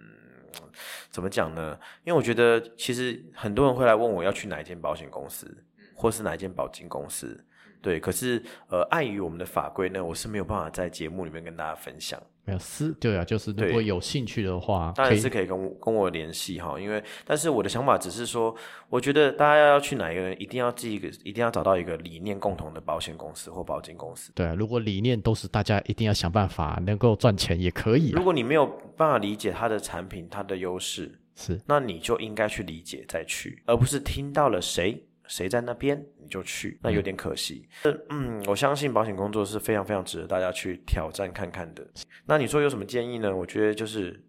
Speaker 2: 怎么讲呢？因为我觉得其实很多人会来问我要去哪一间保险公司，或是哪一间保金公司，对，可是呃，碍于我们的法规呢，我是没有办法在节目里面跟大家分享。
Speaker 1: 没有私，对啊，就是如
Speaker 2: 对
Speaker 1: 果有兴趣的话，
Speaker 2: 当
Speaker 1: 可
Speaker 2: 然
Speaker 1: 以
Speaker 2: 是可以跟我跟我联系哈，因为但是我的想法只是说，我觉得大家要去哪一个人，一定要记一个，一定要找到一个理念共同的保险公司或保金公司。
Speaker 1: 对啊，如果理念都是大家一定要想办法能够赚钱也可以、
Speaker 2: 如
Speaker 1: 啊，
Speaker 2: 果你没有办法理解它的产品、它的优势，
Speaker 1: 是
Speaker 2: 那你就应该去理解再去，而不是听到了谁谁在那边你就去，那有点可惜。嗯，我相信保险工作是非常非常值得大家去挑战看看的。那你说有什么建议呢？我觉得就是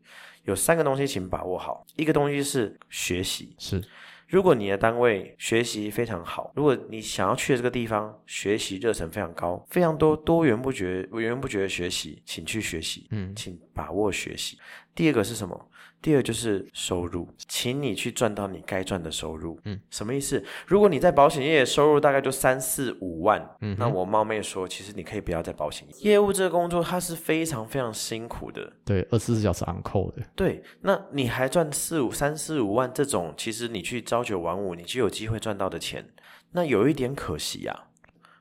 Speaker 2: 有三个东西请把握好，一个东西是学习，
Speaker 1: 是
Speaker 2: 如果你的单位学习非常好，如果你想要去的这个地方学习热忱非常高，非常多多元不绝、源源不绝的学习，请去学习，
Speaker 1: 嗯
Speaker 2: 请把握学习。第二个是什么？第二就是收入，请你去赚到你该赚的收入。
Speaker 1: 嗯，
Speaker 2: 什么意思？如果你在保险业收入大概就三四五万，
Speaker 1: 嗯哼
Speaker 2: 那我冒昧说，其实你可以不要在保险业。业务这个工作它是非常非常辛苦的，
Speaker 1: 对，二十四小时 on call 的，
Speaker 2: 对，那你还赚四五三四五万这种，其实你去朝九晚五，你就有机会赚到的钱，那有一点可惜呀、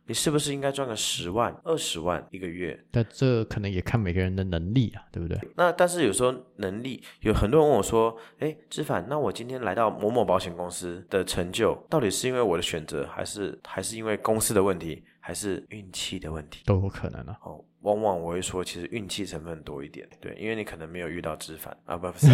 Speaker 2: 你是不是应该赚个十万、二十万一个月？
Speaker 1: 但这可能也看每个人的能力啊，对不对？
Speaker 2: 那但是有时候能力，有很多人问我说：“哎，知凡，那我今天来到某某保险公司的成就，到底是因为我的选择，还是还是因为公司的问题，还是运气的问题？”
Speaker 1: 都有可能啊。
Speaker 2: 哦，往往我会说，其实运气成分多一点，对，因为你可能没有遇到知凡啊，不不是，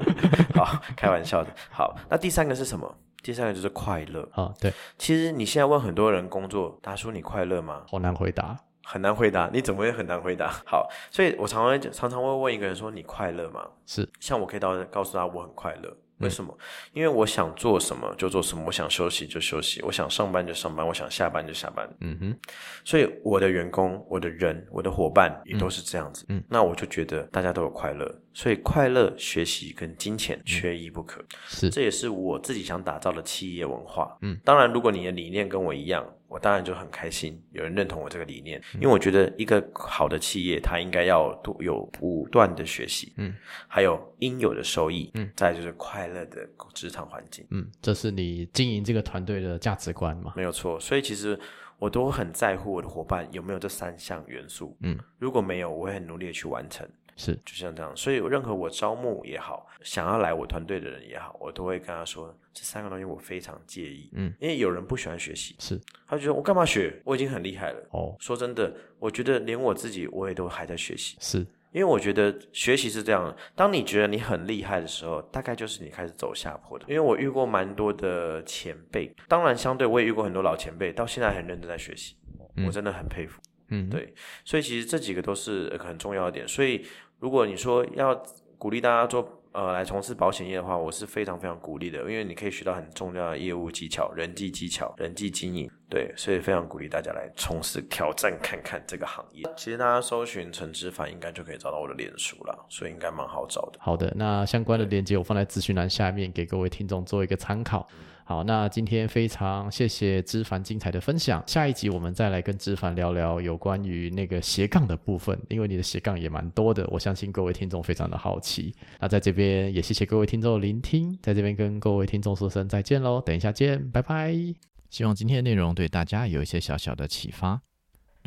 Speaker 2: 好，开玩笑的。好，那第三个是什么？第三个就是快乐。
Speaker 1: 啊、对，
Speaker 2: 其实你现在问很多人工作，他说你快乐吗？
Speaker 1: 好难回答。
Speaker 2: 很难回答，你怎么会很难回答？好，所以我常常会常常会问一个人说你快乐吗？
Speaker 1: 是，
Speaker 2: 像我可以到告诉他我很快乐，为什么？因为我想做什么就做什么，我想休息就休息，我想上班就上班，我想下班就下班，
Speaker 1: 嗯哼，
Speaker 2: 所以我的员工、我的人、我的伙伴也都是这样子。
Speaker 1: 嗯
Speaker 2: 那我就觉得大家都有快乐，所以快乐、学习跟金
Speaker 1: 嗯
Speaker 2: 钱缺一不可。
Speaker 1: 是
Speaker 2: 这也是我自己想打造的企业文化。
Speaker 1: 嗯，
Speaker 2: 当然，如果你的理念跟我一样，我当然就很开心，有人认同我这个理念，
Speaker 1: 嗯
Speaker 2: 因为我觉得一个好的企业，它应该要多有不断的学习，
Speaker 1: 嗯，
Speaker 2: 还有应有的收益，
Speaker 1: 嗯，
Speaker 2: 再来就是快乐的职场环境。
Speaker 1: 嗯，这是你经营这个团队的价值观嘛？
Speaker 2: 没有错，所以其实我都很在乎我的伙伴有没有这三项元素。
Speaker 1: 嗯，
Speaker 2: 如果没有，我会很努力的去完成，
Speaker 1: 是
Speaker 2: 就像这样。所以任何我招募也好，想要来我团队的人也好，我都会跟他说这三个东西我非常介意。
Speaker 1: 嗯，
Speaker 2: 因为有人不喜欢学习，
Speaker 1: 是
Speaker 2: 他就觉得我干嘛学？我已经很厉害了。
Speaker 1: 哦，
Speaker 2: 说真的，我觉得连我自己我也都还在学习，
Speaker 1: 是
Speaker 2: 因为我觉得学习是这样的，当你觉得你很厉害的时候，大概就是你开始走下坡的。因为我遇过蛮多的前辈，当然相对我也遇过很多老前辈，到现在很认真在学习，
Speaker 1: 嗯
Speaker 2: 我真的很佩服。
Speaker 1: 嗯，
Speaker 2: 对所以其实这几个都是呃很重要的点。所以如果你说要鼓励大家做呃来从事保险业的话，我是非常非常鼓励的，因为你可以学到很重要的业务技巧、人际技巧、人际经营。对，所以非常鼓励大家来从事挑战看看这个行业。其实大家搜寻陈之凡应该就可以找到我的脸书啦，所以应该蛮好找的。
Speaker 1: 好的，那相关的链接我放在资讯栏下面，给各位听众做一个参考。好，那今天非常谢谢知凡精彩的分享，下一集我们再来跟知凡聊聊有关于那个斜杠的部分，因为你的斜杠也蛮多的，我相信各位听众非常的好奇。那在这边也谢谢各位听众的聆听，在这边跟各位听众说声再见喽，等一下见，拜拜。希望今天的内容对大家有一些小小的启发。